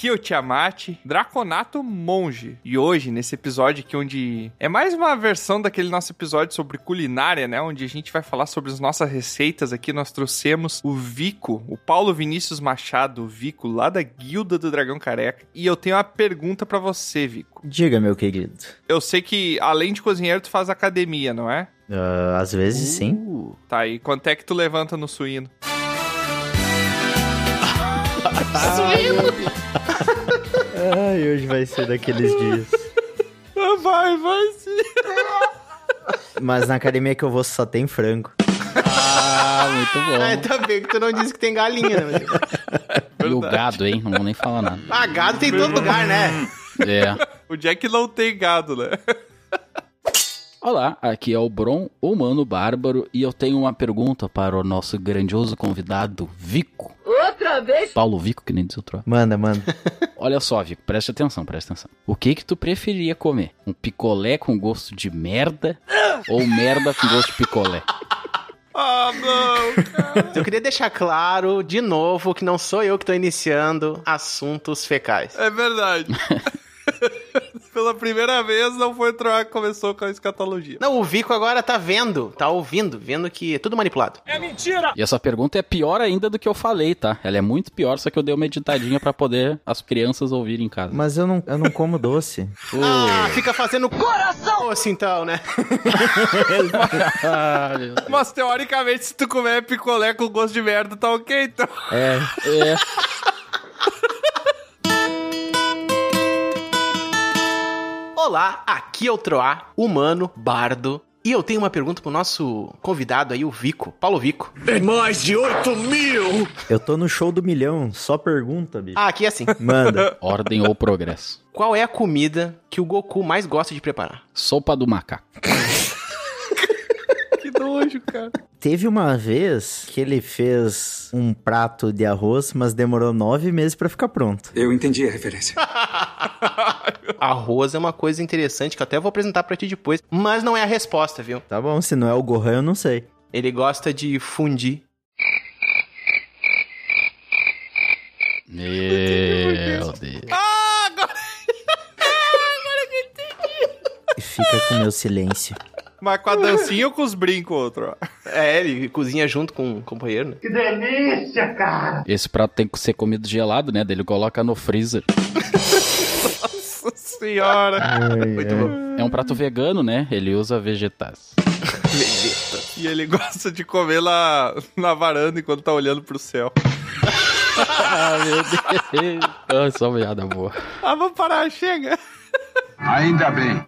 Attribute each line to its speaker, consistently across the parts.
Speaker 1: Kyo é Tiamat, Draconato Monge. E hoje, nesse episódio aqui, onde é mais uma versão daquele nosso episódio sobre culinária, né? Onde a gente vai falar sobre as nossas receitas aqui, nós trouxemos o Vico, o Paulo Vinícius Machado, o Vico, lá da Guilda do Dragão Careca. E eu tenho uma pergunta pra você, Vico.
Speaker 2: Diga, meu querido.
Speaker 1: Eu sei que, além de cozinheiro, tu faz academia, não é?
Speaker 2: Ah, às vezes, sim.
Speaker 3: Uh,
Speaker 1: Tá, e quanto é que tu levanta no suíno?
Speaker 2: Ai, hoje vai ser daqueles dias.
Speaker 1: Vai, vai sim.
Speaker 2: Mas na academia que eu vou só tem frango.
Speaker 3: Ah,
Speaker 4: Ah,
Speaker 3: muito
Speaker 4: tá bem que tu não disse que tem galinha, né?
Speaker 3: bom. E o gado, hein? Não vou nem falar nada.
Speaker 4: Ah, gado tem em todo lugar, né?
Speaker 3: É.
Speaker 1: O Jack não tem gado, né?
Speaker 3: Olá, aqui é o Bron, o Mano Bárbaro, e eu tenho uma pergunta para o nosso grandioso convidado, Vico.
Speaker 5: Outra vez?
Speaker 3: Paulo Vico, que nem diz outro.
Speaker 2: Manda, manda.
Speaker 3: Olha só, Vico, preste atenção, preste atenção. O que que tu preferia comer? Um picolé com gosto de merda ou merda com gosto de picolé?
Speaker 1: Ah, não!
Speaker 4: Eu queria deixar claro, de novo, que não sou eu que tô iniciando assuntos fecais.
Speaker 1: É verdade. Pela primeira vez não foi trocar, começou com a escatologia.
Speaker 4: Não, o Vico agora tá vendo, tá ouvindo, vendo que é tudo manipulado.
Speaker 3: E essa pergunta é pior ainda do que eu falei, tá? Ela é muito pior, só que eu dei uma editadinha pra poder as crianças ouvirem em casa.
Speaker 2: Mas eu não, eu não como doce.
Speaker 4: Ah, fica fazendo coração assim então, né?
Speaker 1: Mas teoricamente, se tu comer picolé com gosto de merda, tá ok, então.
Speaker 2: É,
Speaker 3: É.
Speaker 4: Olá, aqui é o Troá, humano, bardo. E eu tenho uma pergunta pro nosso convidado aí, o Vico, Paulo Vico.
Speaker 2: eu tô no show do milhão, só pergunta, bicho.
Speaker 4: Ah, aqui é assim.
Speaker 2: Manda.
Speaker 3: Ordem ou progresso?
Speaker 4: Qual é a comida que o Goku mais gosta de preparar?
Speaker 3: Sopa do macaco.
Speaker 1: Que nojo, cara.
Speaker 2: Teve uma vez que ele fez um prato de arroz, mas demorou nove meses pra ficar pronto.
Speaker 6: Eu entendi a referência.
Speaker 4: Arroz é uma coisa interessante que eu até vou apresentar pra ti depois, mas não é a resposta, viu?
Speaker 2: Tá bom, se não é o Gohan, eu não sei.
Speaker 4: Ele gosta de fundir.
Speaker 3: Meu Deus.
Speaker 1: Ah, agora...
Speaker 2: E fica com o meu silêncio.
Speaker 1: Mas com a dancinha ou com os brincos, outro? ó?
Speaker 4: É, ele cozinha junto com o companheiro, né?
Speaker 3: Esse prato tem que ser comido gelado, né? Ele coloca no freezer.
Speaker 1: Nossa senhora.
Speaker 4: Muito bom.
Speaker 3: É um prato vegano, né? Ele usa vegetais.
Speaker 1: E ele gosta de comer lá na varanda enquanto tá olhando pro céu.
Speaker 3: Ah, meu Deus. Ah, só piada boa.
Speaker 1: Ah, vamos parar, chega.
Speaker 6: Ainda bem.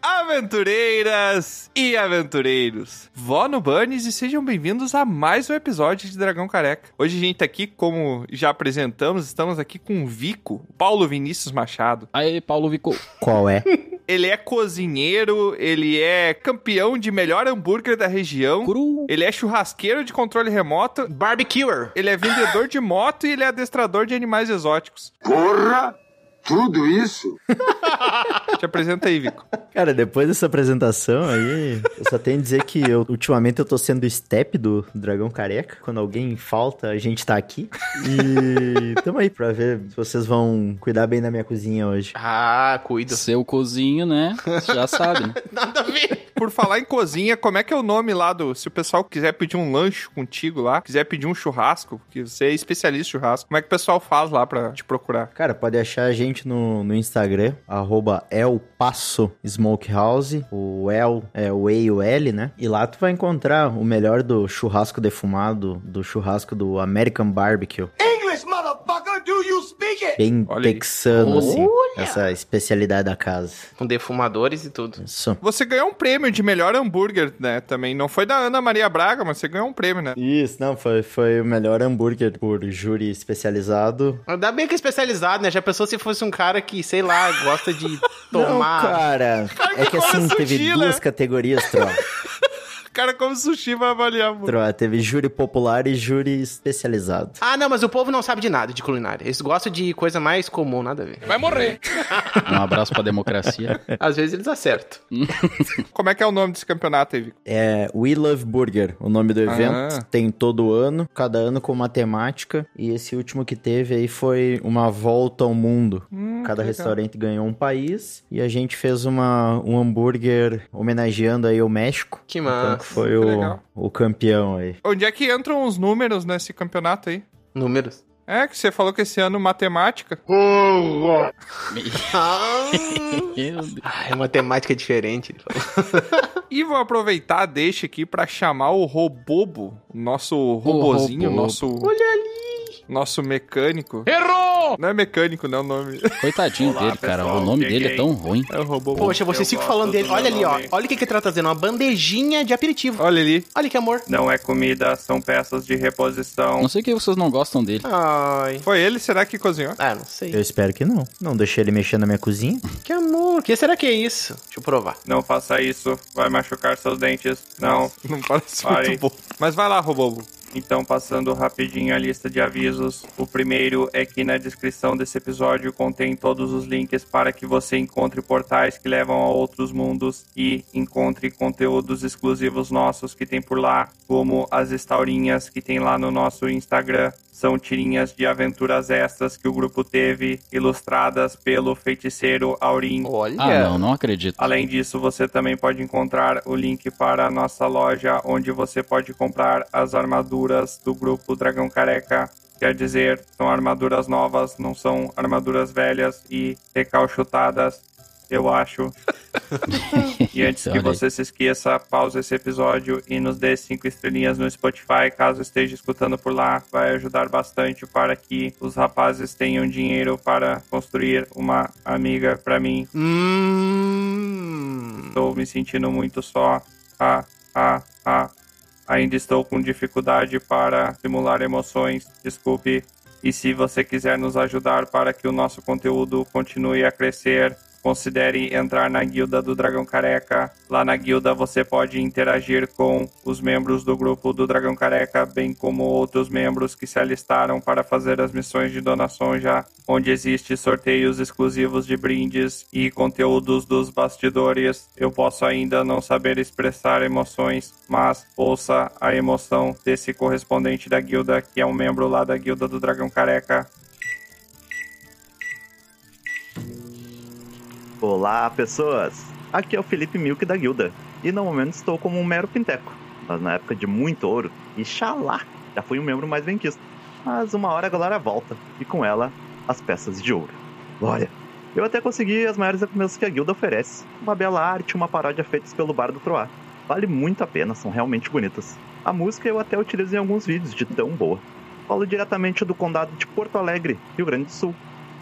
Speaker 1: Aventureiras e aventureiros, vó no Bunnies e sejam bem-vindos a mais um episódio de Dragão Careca. Hoje a gente tá aqui, como já apresentamos, estamos aqui com o Vico, Paulo Vinícius Machado.
Speaker 3: Aí, Paulo Vico.
Speaker 2: Qual é?
Speaker 1: Ele é cozinheiro, ele é campeão de melhor hambúrguer da região,
Speaker 3: Cru.
Speaker 1: ele é churrasqueiro de controle remoto,
Speaker 4: Barbecuer.
Speaker 1: ele é vendedor de moto e ele é adestrador de animais exóticos.
Speaker 6: Porra! Tudo isso?
Speaker 1: Te apresenta aí, Vico.
Speaker 2: Cara, depois dessa apresentação aí, eu só tenho a dizer que eu, ultimamente eu tô sendo o step do Dragão Careca. Quando alguém falta, a gente tá aqui. E tamo aí pra ver se vocês vão cuidar bem da minha cozinha hoje.
Speaker 4: Ah, cuido.
Speaker 3: Seu cozinho, né? Já sabe, né?
Speaker 4: Nada a ver.
Speaker 1: Por falar em cozinha, como é que é o nome lá do. Se o pessoal quiser pedir um lanche contigo lá, quiser pedir um churrasco, porque você é especialista em churrasco, como é que o pessoal faz lá pra te procurar?
Speaker 2: Cara, pode achar a gente no, no Instagram, arroba El Passo Smokehouse, o El é o E e o L, né? E lá tu vai encontrar o melhor do churrasco defumado, do churrasco do American Barbecue.
Speaker 6: English, motherfucker, do you speak it?
Speaker 2: Bem
Speaker 1: Olha aí.
Speaker 2: texano, assim, essa especialidade da casa.
Speaker 4: Com defumadores e tudo.
Speaker 2: Isso.
Speaker 1: Você ganhou um prêmio de melhor hambúrguer, né? Também. Não foi da Ana Maria Braga, mas você ganhou um prêmio, né?
Speaker 2: Isso, não, foi, foi o melhor hambúrguer por júri especializado.
Speaker 4: Ainda bem que é especializado, né? Já pensou se fosse um cara que, sei lá, gosta de
Speaker 2: Não,
Speaker 4: tomar.
Speaker 2: cara, é que assim,
Speaker 1: gosta
Speaker 2: teve
Speaker 1: de, né?
Speaker 2: duas categorias, Tro.
Speaker 1: O cara come sushi vai avaliar, mano.
Speaker 2: Troa, teve júri popular e júri especializado.
Speaker 4: Ah, não, mas o povo não sabe de nada de culinária. Eles gostam de coisa mais comum, nada a ver.
Speaker 1: Vai morrer.
Speaker 3: Um abraço pra democracia.
Speaker 4: Às vezes eles acertam.
Speaker 1: Como é que é o nome desse campeonato aí, Vico?
Speaker 2: É We Love Burger, o nome do evento.
Speaker 1: Ah.
Speaker 2: Tem todo ano, cada ano com matemática. E esse último que teve aí foi uma volta ao mundo.
Speaker 1: Hum, Ah,
Speaker 2: Cada restaurante ganhou um país e a gente fez uma, um hambúrguer homenageando aí o México.
Speaker 4: Que
Speaker 2: Então, que
Speaker 4: massa.
Speaker 2: foi
Speaker 1: que
Speaker 2: o,
Speaker 1: legal.
Speaker 2: o campeão aí.
Speaker 1: Onde é que entram os números nesse campeonato aí?
Speaker 4: Números.
Speaker 1: É, que você falou que esse ano matemática.
Speaker 3: Meu Deus.
Speaker 4: Ah, é uma temática diferente. ele falou.
Speaker 1: E vou aproveitar, deixa aqui pra chamar o Robobo, o nosso robozinho,
Speaker 3: Robobo.
Speaker 1: nosso.
Speaker 4: Olha
Speaker 1: ali! Nosso mecânico. Errou! Não é mecânico, não, o nome.
Speaker 3: Coitadinho dele, cara. o nome dele é tão ruim.
Speaker 1: É o Robobo.
Speaker 4: Poxa, vocês ficam falando dele. Olha ali, ó. Olha o que que ele tá trazendo. Uma bandejinha de aperitivo.
Speaker 1: Olha ali.
Speaker 4: Olha que amor.
Speaker 5: Não é comida, são peças de reposição.
Speaker 3: Não sei que vocês não gostam dele.
Speaker 4: Ai.
Speaker 1: Foi ele, será que cozinhou?
Speaker 4: Ah, não sei.
Speaker 2: Eu espero que não. Não deixei ele mexer na minha cozinha.
Speaker 4: Que amor. que será que é isso? Deixa eu provar.
Speaker 5: Não faça isso, vai machucar seus dentes. Não.
Speaker 1: Não parece
Speaker 5: Vai.
Speaker 1: muito bom. Mas vai lá, Robobo.
Speaker 5: Então, passando rapidinho a lista de avisos. O primeiro é que na descrição desse episódio contém todos os links para que você encontre portais que levam a outros mundos e encontre conteúdos exclusivos nossos que tem por lá, como as estaurinhas que tem lá no nosso Instagram. São tirinhas de aventuras extras que o grupo teve, ilustradas pelo feiticeiro Aurim.
Speaker 4: Olha.
Speaker 3: Ah, não, não acredito.
Speaker 5: Além disso, você também pode encontrar o link para a nossa loja, onde você pode comprar as armaduras do grupo Dragão Careca. Quer dizer, são armaduras novas, não são armaduras velhas e recalchutadas, eu acho. E antes que
Speaker 3: Olha aí.
Speaker 5: você se esqueça, pausa esse episódio e nos dê cinco estrelinhas no Spotify, caso esteja escutando por lá. Vai ajudar bastante para que os rapazes tenham dinheiro para construir uma amiga para mim.
Speaker 4: Hum.
Speaker 5: Estou me sentindo muito só. Ah, ah, ah. Ainda estou com dificuldade para simular emoções. Desculpe. E se você quiser nos ajudar para que o nosso conteúdo continue a crescer, considere entrar na guilda do Dragão Careca. Lá na guilda você pode interagir com os membros do grupo do Dragão Careca, bem como outros membros que se alistaram para fazer as missões de Dona Sonja, onde existe sorteios exclusivos de brindes e conteúdos dos bastidores. Eu posso ainda não saber expressar emoções, mas ouça a emoção desse correspondente da guilda, que é um membro lá da guilda do Dragão Careca.
Speaker 7: Olá, pessoas! Aqui é o Felipe Milk da Guilda, e no momento estou como um mero pinteco, mas na época de muito ouro, e xalá, já fui um membro mais bem quisto. Mas uma hora a galera volta, e com ela, as peças de ouro. Olha, eu até consegui as maiores recompensas que a Guilda oferece, uma bela arte e uma paródia feitas pelo Bar do Troá. Vale muito a pena, são realmente bonitas. A música eu até utilizo em alguns vídeos, de tão boa. Falo diretamente do condado de Porto Alegre, Rio Grande do Sul.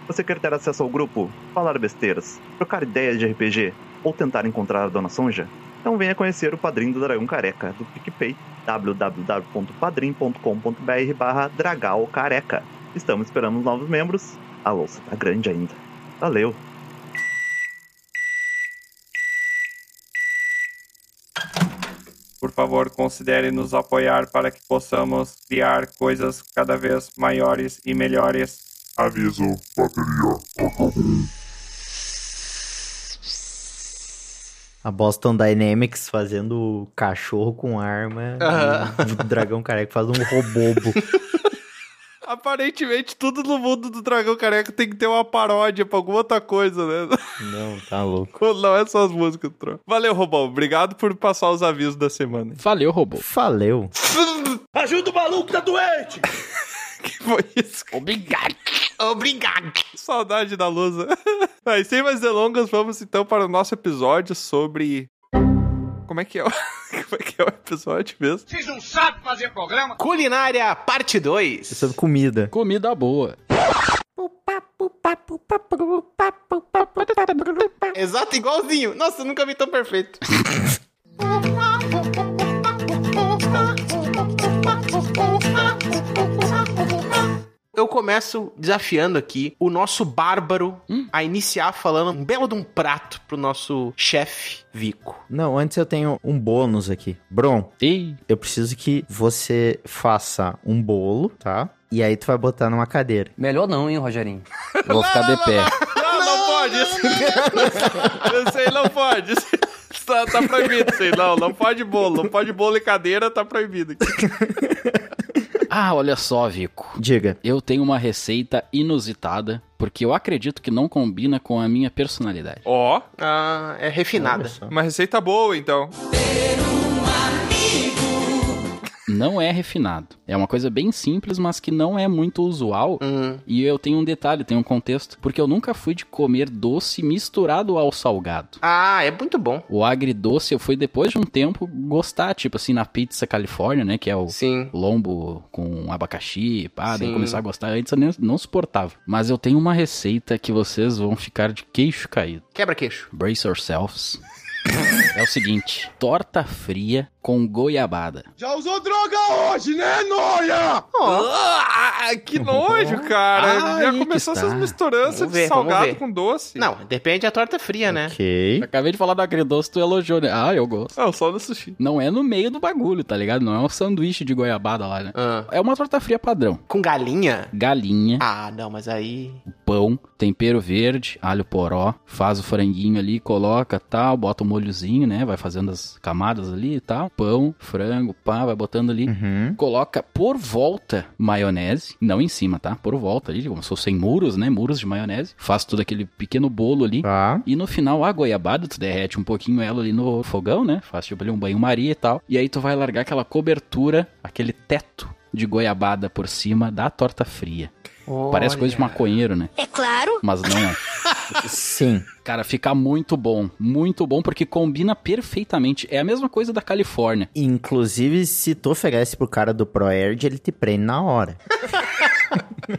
Speaker 7: Você quer ter acesso ao grupo, falar besteiras, trocar ideias de RPG ou tentar encontrar a Dona Sonja? Então venha conhecer o Padrinho do Dragão Careca do PicPay, www.padrim.com.br barra Dragal Careca. Estamos esperando novos membros. A louça tá grande ainda. Valeu!
Speaker 5: Por favor, considere nos apoiar para que possamos criar coisas cada vez maiores e melhores.
Speaker 8: Aviso, bateria.
Speaker 2: A Boston Dynamics fazendo o cachorro com arma.
Speaker 4: Aham.
Speaker 2: e O dragão careca faz um robobo.
Speaker 1: Aparentemente, tudo no mundo do Dragão Careca tem que ter uma paródia pra alguma outra coisa, né?
Speaker 2: não, tá louco.
Speaker 1: Não é só as músicas, Tron. Valeu, Robão. Obrigado por passar os avisos da semana.
Speaker 3: Valeu, robô.
Speaker 2: Valeu.
Speaker 6: Ajuda o maluco, tá doente!
Speaker 1: Que foi isso?
Speaker 3: Obrigado.
Speaker 4: Obrigado.
Speaker 1: Saudade da Lusa. Aí, sem mais delongas, vamos então para o nosso episódio sobre. Como é que é o, Como é, que é o episódio mesmo?
Speaker 6: Vocês não sabem fazer programa?
Speaker 4: Culinária, parte 2.
Speaker 2: É sobre comida.
Speaker 3: Comida boa.
Speaker 4: Exato, igualzinho. Nossa, eu nunca vi tão perfeito. Eu começo começo desafiando aqui o nosso bárbaro
Speaker 3: Hum.
Speaker 4: a iniciar falando um belo de um prato pro nosso chefe Vico.
Speaker 2: Não, antes eu tenho um bônus aqui. Bron,
Speaker 3: Ei,
Speaker 2: eu preciso que você faça um bolo, tá? E aí tu vai botar numa cadeira.
Speaker 9: Melhor não, hein, Rogerinho?
Speaker 3: vou ficar de pé.
Speaker 1: Não, não pode. Eu sei, não pode. Isso Tá, tá proibido isso aí. Não, não pode bolo. Não pode bolo e cadeira, tá proibido.
Speaker 3: Ah, olha só, Vico.
Speaker 2: Diga.
Speaker 3: Eu tenho uma receita inusitada, porque eu acredito que não combina com a minha personalidade.
Speaker 1: Ó,
Speaker 4: Ah, é refinada.
Speaker 1: uma receita boa, então.
Speaker 3: Não é refinado. É uma coisa bem simples, mas que não é muito usual.
Speaker 4: Hum,
Speaker 3: E eu tenho um detalhe, tenho um contexto, porque eu nunca fui de comer doce misturado ao salgado.
Speaker 4: Ah, é muito bom.
Speaker 3: O agridoce eu fui depois de um tempo gostar, tipo assim, na pizza Califórnia, né, que é o
Speaker 4: Sim.
Speaker 3: lombo com abacaxi, pá, daí
Speaker 4: Sim.
Speaker 3: começar a gostar, antes eu nem, não suportava. Mas eu tenho uma receita que vocês vão ficar de queixo caído.
Speaker 4: Quebra-queixo.
Speaker 3: Brace yourselves. é o seguinte, torta fria com goiabada.
Speaker 6: Já usou droga hoje, né, Noia?
Speaker 1: Ah, que nojo, cara.
Speaker 3: Aí
Speaker 1: Já
Speaker 3: que
Speaker 1: começou
Speaker 3: está.
Speaker 1: essas misturanças
Speaker 4: tá. Vamos
Speaker 1: de
Speaker 4: ver, vamos
Speaker 1: salgado
Speaker 4: ver.
Speaker 1: com doce.
Speaker 4: Não, depende da torta fria, né?
Speaker 2: Ok.
Speaker 3: Acabei de falar do agridoce, tu elogiou, né? Ah, eu gosto.
Speaker 1: Não, só no sushi.
Speaker 3: Não é no meio do bagulho, tá ligado? Não é um sanduíche de goiabada lá, né?
Speaker 4: Ah,
Speaker 3: É uma torta fria padrão.
Speaker 4: com galinha?
Speaker 3: Galinha,
Speaker 4: Ah, não, mas aí.
Speaker 3: pão, tempero verde, alho poró, faz o franguinho ali, coloca tal, bota o molhozinho, né? Vai fazendo as camadas ali e tal. Pão, frango, pá, vai botando ali.
Speaker 2: Uhum.
Speaker 3: Coloca por volta maionese, não em cima, tá? Por volta ali, como se fossem muros, né? Muros de maionese. Faz todo aquele pequeno bolo ali.
Speaker 2: Tá.
Speaker 3: E no final, a goiabada, tu derrete um pouquinho ela ali no fogão, né? Faz tipo ali um banho-maria e tal. E aí tu vai largar aquela cobertura, aquele teto de goiabada por cima da torta fria. Parece coisa de maconheiro, né?
Speaker 10: É claro.
Speaker 3: Mas não é.
Speaker 2: Sim.
Speaker 3: Cara, fica muito bom. Muito bom, porque combina perfeitamente. É a mesma coisa da Califórnia.
Speaker 2: Inclusive, se tu oferece pro cara do ProErd, ele te prende na hora.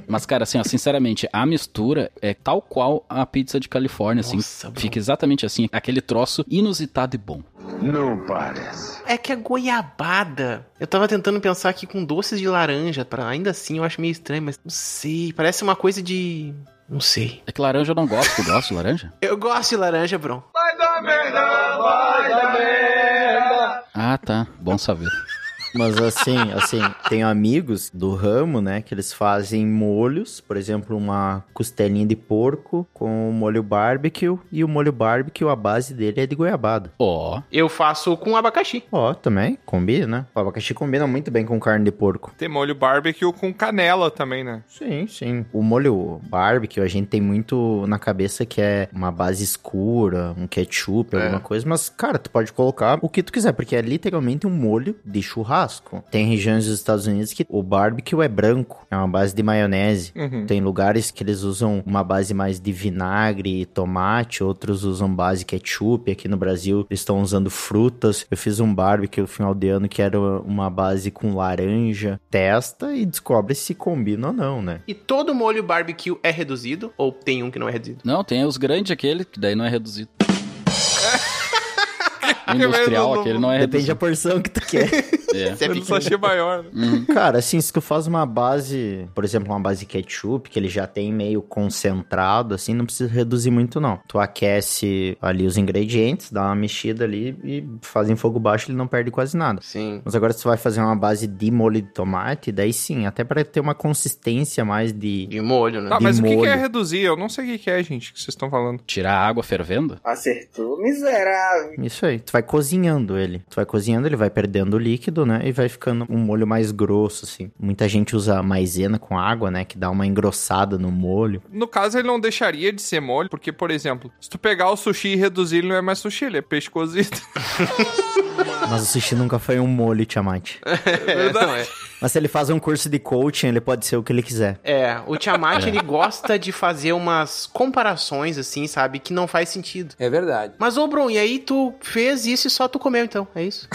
Speaker 3: Mas, cara, assim, ó, sinceramente, a mistura é tal qual a pizza de Califórnia, assim.
Speaker 4: Nossa, bom.
Speaker 3: Fica exatamente assim, aquele troço inusitado e bom.
Speaker 8: Não parece.
Speaker 4: É que a goiabada. Eu tava tentando pensar aqui com doces de laranja, para ainda assim eu acho meio estranho, mas não sei. Parece uma coisa de. Não sei.
Speaker 3: É que laranja eu não gosto. Tu gosta de laranja?
Speaker 4: Eu gosto de laranja, Bron.
Speaker 3: Ah, tá. Bom saber.
Speaker 2: Mas assim, assim, tenho amigos do ramo, né, que eles fazem molhos, por exemplo, uma costelinha de porco com molho barbecue, e o molho barbecue, a base dele é de goiabada.
Speaker 3: Ó,
Speaker 4: Eu faço com abacaxi.
Speaker 2: Ó, também, combina, né? O abacaxi combina muito bem com carne de porco.
Speaker 1: Tem molho barbecue com canela também, né?
Speaker 2: Sim, sim. O molho barbecue, a gente tem muito na cabeça que é uma base escura, um ketchup,
Speaker 4: É.
Speaker 2: alguma coisa, mas, cara, tu pode colocar o que tu quiser, porque é literalmente um molho de churrasco. Tem regiões dos Estados Unidos que o barbecue é branco, é uma base de maionese.
Speaker 1: Uhum.
Speaker 2: Tem lugares que eles usam uma base mais de vinagre e tomate, outros usam base ketchup. Aqui no Brasil eles estão usando frutas. Eu fiz um barbecue no final de ano que era uma base com laranja. Testa e descobre se combina ou não, né?
Speaker 4: E todo molho barbecue é reduzido? Ou tem um que não é reduzido?
Speaker 3: Não, tem os grandes aquele, que daí não é reduzido. O
Speaker 1: Eu
Speaker 3: industrial
Speaker 1: não-
Speaker 3: aquele não é
Speaker 2: Depende da
Speaker 3: reduzido.
Speaker 2: porção que tu quer.
Speaker 3: É. Uhum.
Speaker 4: Você
Speaker 1: Eu não achei maior. né?
Speaker 2: Cara, assim, se tu faz uma base, por exemplo, uma base ketchup, que ele já tem meio concentrado, assim, não precisa reduzir muito, não. Tu aquece ali os ingredientes, dá uma mexida ali e faz em fogo baixo, ele não perde quase nada.
Speaker 4: Sim.
Speaker 2: Mas agora você vai fazer uma base de molho de tomate, daí sim, até pra ter uma consistência mais de.
Speaker 4: De molho, né?
Speaker 1: Tá,
Speaker 2: De
Speaker 1: mas o que que é
Speaker 2: molho.
Speaker 1: reduzir? Eu não sei o que que é, gente, que vocês estão falando.
Speaker 3: Tirar a água fervendo?
Speaker 6: Acertou, miserável.
Speaker 2: Isso aí. Tu vai cozinhando ele. Tu vai cozinhando, ele vai perdendo o líquido, né? E vai ficando um molho mais grosso, assim. Muita gente usa maisena com água, né? Que dá uma engrossada no molho.
Speaker 1: No caso, ele não deixaria de ser molho, porque, por exemplo, se tu pegar o sushi e reduzir, ele não é mais sushi, ele é peixe cozido.
Speaker 2: Mas o sushi nunca foi um molho, Tiamat.
Speaker 4: É, não, é.
Speaker 2: Mas se ele faz um curso de coaching, ele pode ser o que ele quiser.
Speaker 4: É, o Tiamat, ele gosta de fazer umas comparações, assim, sabe? Que não faz sentido.
Speaker 9: É verdade.
Speaker 4: Mas, ô, Bron, e aí tu fez isso e só tu comeu, então? É isso?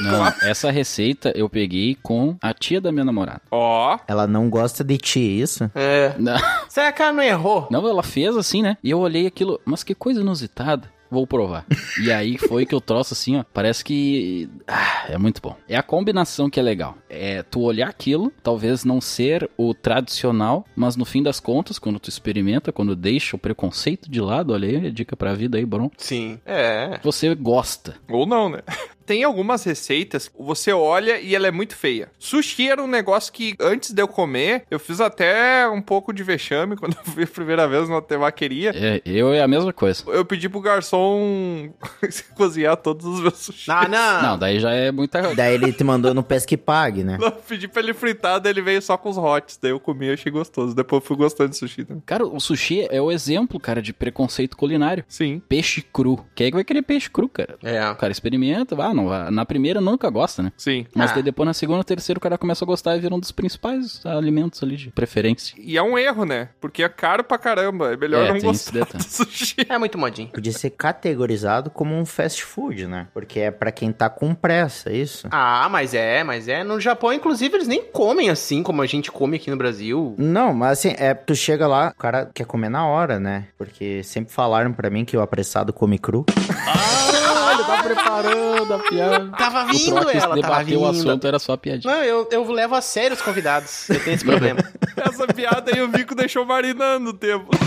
Speaker 3: Não, essa receita eu peguei com a tia da minha namorada.
Speaker 1: Ó,
Speaker 2: Ela não gosta de ti, isso?
Speaker 4: É.
Speaker 3: Não.
Speaker 4: Será que ela não errou?
Speaker 3: Não, ela fez assim, né? E eu olhei aquilo, mas que coisa inusitada. vou provar. E aí foi que eu troço assim, ó. Parece que. ah, é muito bom. É a combinação que é legal. É tu olhar aquilo, talvez não ser o tradicional, mas no fim das contas, quando tu experimenta, quando deixa o preconceito de lado, olha aí, é dica pra vida aí, Bron.
Speaker 4: Sim. É.
Speaker 3: Você gosta.
Speaker 1: Ou não, né? Tem algumas receitas, você olha e ela é muito feia. Sushi era um negócio que, antes de eu comer, eu fiz até um pouco de vexame quando eu fui a primeira vez na temaqueria.
Speaker 3: É, eu é a mesma coisa.
Speaker 1: Eu pedi pro garçom cozinhar todos os meus sushis.
Speaker 4: Não, Ah, não.
Speaker 3: Não, daí já é muita.
Speaker 2: Daí ele te mandou no Pesque Pague, né?
Speaker 1: Eu pedi pra ele fritar, daí ele veio só com os hots. Daí eu comi e achei gostoso. Depois eu fui gostando de sushi também.
Speaker 3: Cara, o sushi é o exemplo, cara, de preconceito culinário.
Speaker 1: Sim.
Speaker 3: Peixe cru. Quem é que vai querer peixe cru, cara?
Speaker 4: É.
Speaker 3: O cara experimenta, ah, não, ah, na primeira nunca gosta, né?
Speaker 1: Sim.
Speaker 3: Mas
Speaker 4: Ah.
Speaker 3: daí depois na segunda, terceira o cara começa a gostar e vira um dos principais alimentos ali de preferência.
Speaker 1: E é um erro, né? Porque é caro pra caramba. É melhor
Speaker 3: É,
Speaker 1: não
Speaker 3: tem
Speaker 1: gostar
Speaker 3: esse
Speaker 1: do
Speaker 3: detalhe.
Speaker 1: sushi.
Speaker 4: É muito modinho.
Speaker 2: Podia ser categorizado como um fast food, né? Porque é pra quem tá com pressa, é isso?
Speaker 4: Ah, mas é, mas é. No Japão, inclusive, eles nem comem assim como a gente come aqui no Brasil.
Speaker 2: Não, mas assim, é, tu chega lá, o cara quer comer na hora, né? Porque sempre falaram pra mim que o apressado come cru.
Speaker 3: Ah, ele tá preparando a piada.
Speaker 4: Tava
Speaker 3: O
Speaker 4: Tá vindo
Speaker 3: Trox
Speaker 4: ela, tava
Speaker 3: debateu
Speaker 4: vindo.
Speaker 3: o assunto, era só a piadinha.
Speaker 4: Não, eu, eu levo a sério os convidados. Eu tenho esse problema.
Speaker 1: Essa piada aí o Vico deixou marinando o tempo.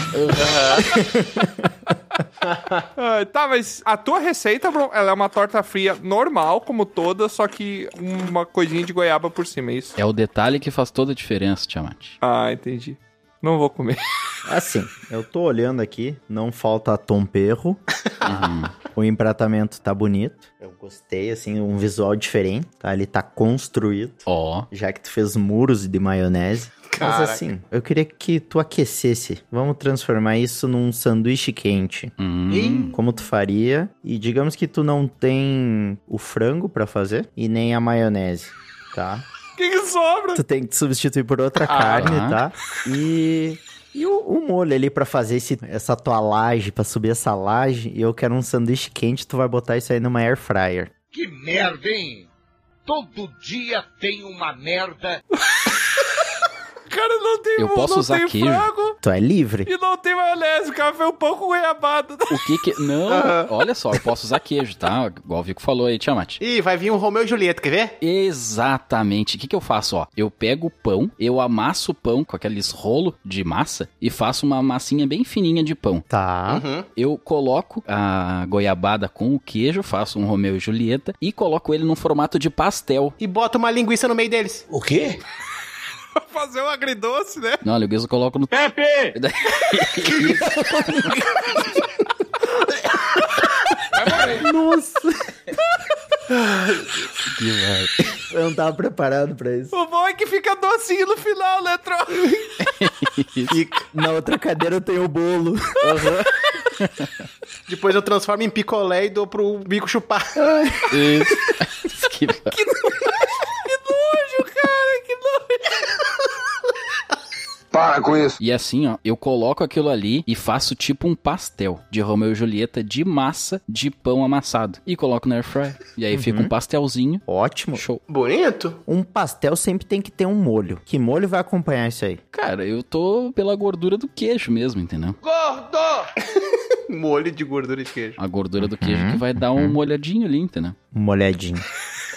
Speaker 1: Ah, tá, mas a tua receita, bro, ela é uma torta fria normal, como toda, só que uma coisinha de goiaba por cima, é isso?
Speaker 3: É o detalhe que faz toda a diferença, Tiamat.
Speaker 1: Ah, entendi. Não vou comer.
Speaker 2: Assim, eu tô olhando aqui, não falta tom perro.
Speaker 3: Uhum.
Speaker 2: O empratamento tá bonito. Eu gostei, assim, um visual diferente, tá? Ele tá construído.
Speaker 3: Ó,
Speaker 2: Já que tu fez muros de maionese.
Speaker 4: Caraca.
Speaker 2: Mas assim, eu queria que tu aquecesse. Vamos transformar isso num sanduíche quente.
Speaker 3: hum,
Speaker 2: Como tu faria? E digamos que tu não tem o frango pra fazer e nem a maionese, tá?
Speaker 1: O que, que sobra?
Speaker 2: Tu tem que substituir por outra carne, tá? E e o, o molho ali pra fazer esse, essa tua laje, pra subir essa laje, e eu quero um sanduíche quente, tu vai botar isso aí numa air fryer.
Speaker 9: Que merda, hein? Todo dia tem uma merda.
Speaker 1: Cara, não tem
Speaker 3: Eu
Speaker 1: mu-
Speaker 3: posso
Speaker 1: não
Speaker 3: usar
Speaker 1: tem
Speaker 3: queijo.
Speaker 1: frango
Speaker 2: Tu é livre.
Speaker 1: e não tem maionese. O cara fez um pão com goiabada.
Speaker 3: o que que... Não, olha só, eu posso usar queijo, tá? Igual o Vico falou aí, Tiamat.
Speaker 4: Ih, vai vir um Romeu e Julieta, quer ver?
Speaker 3: Exatamente. O que, que eu faço? Ó, eu pego o pão, eu amasso o pão com aqueles rolo de massa e faço uma massinha bem fininha de pão.
Speaker 2: Tá.
Speaker 4: Uhum.
Speaker 3: Eu coloco a goiabada com o queijo, faço um Romeu e Julieta e coloco ele num formato de pastel.
Speaker 4: E bota uma linguiça no meio deles.
Speaker 9: O quê?
Speaker 1: Pra fazer um agridoce, né?
Speaker 3: Não, Luguês, eu coloco no.
Speaker 5: Pepe!
Speaker 2: Nossa,
Speaker 3: Que merda.
Speaker 2: eu não tava preparado pra isso.
Speaker 1: O bom é que fica docinho no final, né, Tro?
Speaker 2: Na outra cadeira eu tenho o bolo.
Speaker 4: Depois eu transformo em picolé e dou pro bico chupar.
Speaker 3: Isso. que merda.
Speaker 8: Para com isso.
Speaker 3: E assim, ó, eu coloco aquilo ali e faço tipo um pastel de Romeu e Julieta de massa de pão amassado. E coloco no air fryer. E aí fica um pastelzinho.
Speaker 2: Ótimo.
Speaker 3: Show.
Speaker 4: Bonito?
Speaker 2: Um pastel sempre tem que ter um molho. Que molho vai acompanhar isso aí?
Speaker 3: Cara, eu tô pela gordura do queijo mesmo, entendeu?
Speaker 4: Molho de gordura de queijo.
Speaker 3: A gordura do queijo que vai dar um molhadinho ali, entendeu?
Speaker 2: Um molhadinho.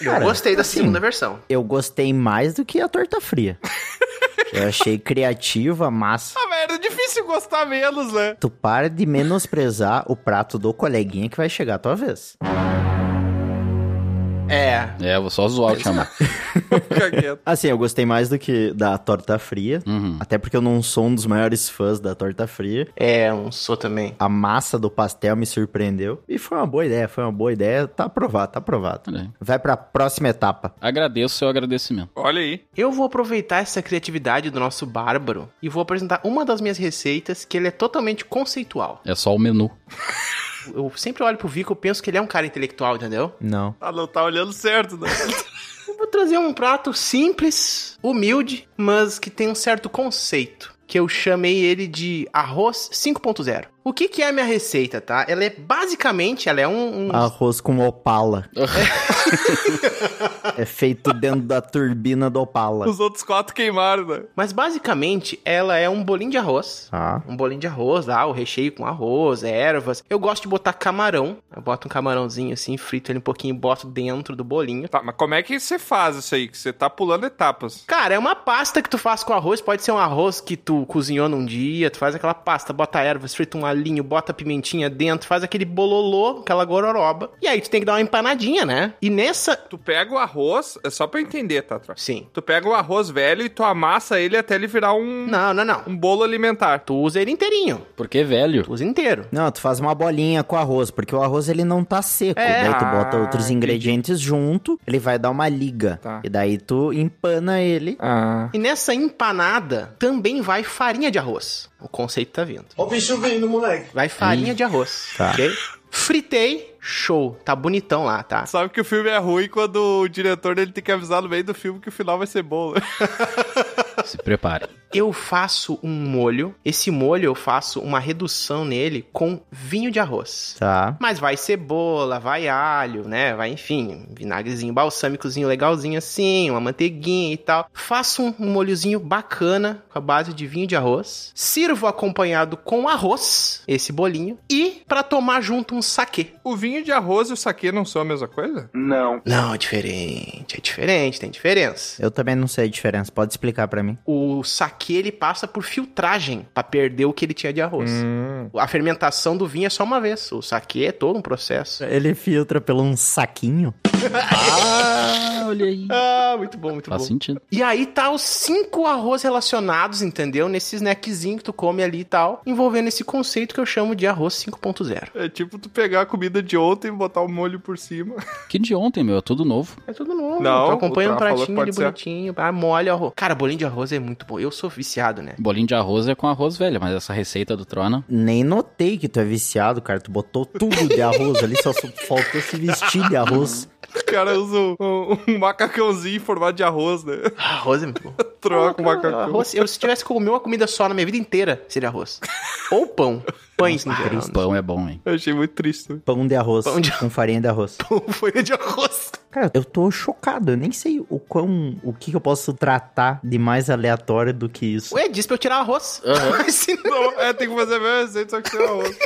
Speaker 4: Eu
Speaker 2: Cara,
Speaker 4: gostei da
Speaker 2: assim,
Speaker 4: segunda versão.
Speaker 2: Eu gostei mais do que a torta fria. Eu achei criativa, massa.
Speaker 1: Ah, velho, é difícil gostar menos, né?
Speaker 2: Tu para de menosprezar o prato do coleguinha que vai chegar à tua vez.
Speaker 4: É.
Speaker 3: É, eu vou só zoar o chamar.
Speaker 1: Fica quieto.
Speaker 2: Assim, eu gostei mais do que da torta fria.
Speaker 3: Uhum.
Speaker 2: Até porque eu não sou um dos maiores fãs da torta fria.
Speaker 4: É, um sou também.
Speaker 2: A massa do pastel me surpreendeu. E foi uma boa ideia, foi uma boa ideia. Tá aprovado, tá aprovado.
Speaker 3: Olha aí.
Speaker 2: Vai pra próxima etapa.
Speaker 3: Agradeço o seu agradecimento.
Speaker 1: Olha aí.
Speaker 4: Eu vou aproveitar essa criatividade do nosso bárbaro e vou apresentar uma das minhas receitas que ele é totalmente conceitual.
Speaker 3: É só o menu.
Speaker 4: Eu sempre olho pro Vico e penso que ele é um cara intelectual, entendeu?
Speaker 2: Não.
Speaker 1: Ah, não tá olhando certo, né?
Speaker 4: Eu vou trazer um prato simples, humilde, mas que tem um certo conceito. Que eu chamei ele de arroz 5.0. O que, que é a minha receita, tá? Ela é basicamente, ela é um. um-
Speaker 2: Arroz com opala. é feito dentro da turbina do opala.
Speaker 1: Os outros quatro queimaram, né?
Speaker 4: Mas basicamente, ela é um bolinho de arroz.
Speaker 2: Tá.
Speaker 4: Um bolinho de arroz lá, o recheio com arroz, ervas. Eu gosto de botar camarão. Eu boto um camarãozinho assim, frito ele um pouquinho e boto dentro do bolinho.
Speaker 1: Tá, mas como é que você faz isso aí? Que você tá pulando etapas.
Speaker 4: Cara, é uma pasta que tu faz com arroz. Pode ser um arroz que tu cozinhou num dia. Tu faz aquela pasta, bota ervas, frita um alinho, bota pimentinha dentro, faz aquele bololô, aquela gororoba. E aí tu tem que dar uma empanadinha, né? E nessa.
Speaker 1: Tu pega o arroz, é só pra eu entender, tá, Tro?
Speaker 4: Sim.
Speaker 1: Tu pega o arroz velho e tu amassa ele até ele virar um,
Speaker 4: Não, não, não.
Speaker 1: um bolo alimentar.
Speaker 4: Tu usa ele inteirinho.
Speaker 3: Porque, velho,
Speaker 4: Tu usa inteiro.
Speaker 2: Não, tu faz uma bolinha com arroz, porque o arroz ele não tá seco.
Speaker 4: É.
Speaker 2: Daí tu bota
Speaker 1: Ah,
Speaker 2: outros
Speaker 1: entendi.
Speaker 2: ingredientes junto, ele vai dar uma liga.
Speaker 1: Tá.
Speaker 2: E daí tu empana ele.
Speaker 1: Ah.
Speaker 4: E nessa empanada também vai farinha de arroz. O conceito tá vindo.
Speaker 6: Ó o bicho vindo, moleque.
Speaker 4: Vai farinha de arroz.
Speaker 2: Tá.
Speaker 4: Ok? Fritei, show. Tá bonitão lá, tá?
Speaker 1: Sabe que o filme é ruim quando o diretor ele tem que avisar no meio do filme que o final vai ser bom. né?
Speaker 3: se prepare.
Speaker 4: Eu faço um molho. Esse molho eu faço uma redução nele com vinho de arroz.
Speaker 2: Tá.
Speaker 4: Mas vai cebola, vai alho, né? Vai, enfim, vinagrezinho balsâmicozinho legalzinho assim, uma manteiguinha e tal. Faço um um molhozinho bacana com a base de vinho de arroz. Sirvo acompanhado com arroz, esse bolinho. E pra tomar junto um saquê.
Speaker 1: O vinho de arroz e o saquê não são a mesma coisa?
Speaker 8: Não.
Speaker 4: Não, é diferente, é diferente, tem diferença.
Speaker 2: Eu também não sei a diferença, pode explicar pra mim.
Speaker 4: O saquê ele passa por filtragem pra perder o que ele tinha de arroz.
Speaker 1: Hum.
Speaker 4: A fermentação do vinho é só uma vez. O saquê é todo um processo.
Speaker 2: Ele filtra pelo um saquinho.
Speaker 3: Ah, olha aí.
Speaker 4: Ah, muito bom, muito
Speaker 3: Faz sentido.
Speaker 4: E aí tá os cinco arroz relacionados, entendeu? Nesse snackzinho que tu come ali e tal, envolvendo esse conceito que eu chamo de arroz 5.0.
Speaker 1: É tipo tu pegar a comida de ontem e botar o molho por cima.
Speaker 3: Que de ontem, meu, é tudo novo.
Speaker 4: É tudo novo.
Speaker 1: Não,
Speaker 4: tu acompanha
Speaker 1: o
Speaker 4: um
Speaker 1: Tra falou
Speaker 4: pratinho
Speaker 1: que
Speaker 4: ali
Speaker 1: pode ser.
Speaker 4: bonitinho, ah, molha o arroz. Cara, bolinho de arroz é muito bom. Eu sou viciado, né?
Speaker 3: Bolinho de arroz é com arroz velho, mas essa receita do Trona.
Speaker 2: Nem notei que tu é viciado, cara. Tu botou tudo de arroz ali, só su- faltou se vestir de arroz.
Speaker 1: O cara usa um, um- um macacãozinho em formato de arroz, né?
Speaker 4: Ah, Arroz é muito bom.
Speaker 1: Troca o macacão.
Speaker 4: Arroz, eu se tivesse que comer uma comida só na minha vida inteira, seria arroz. Ou pão. Pães no geral. né?
Speaker 3: Pão é bom, hein?
Speaker 1: Eu achei muito triste.
Speaker 2: Pão de arroz,
Speaker 4: Pão de
Speaker 2: com farinha de arroz.
Speaker 4: Pão, folha de arroz.
Speaker 2: Cara, eu tô chocado. Eu nem sei o quão. o que, que eu posso tratar de mais aleatório do que isso.
Speaker 4: Ué, disse pra eu tirar arroz. Assim,
Speaker 1: Não, é, tem que fazer a mesma receita, só que é sem arroz.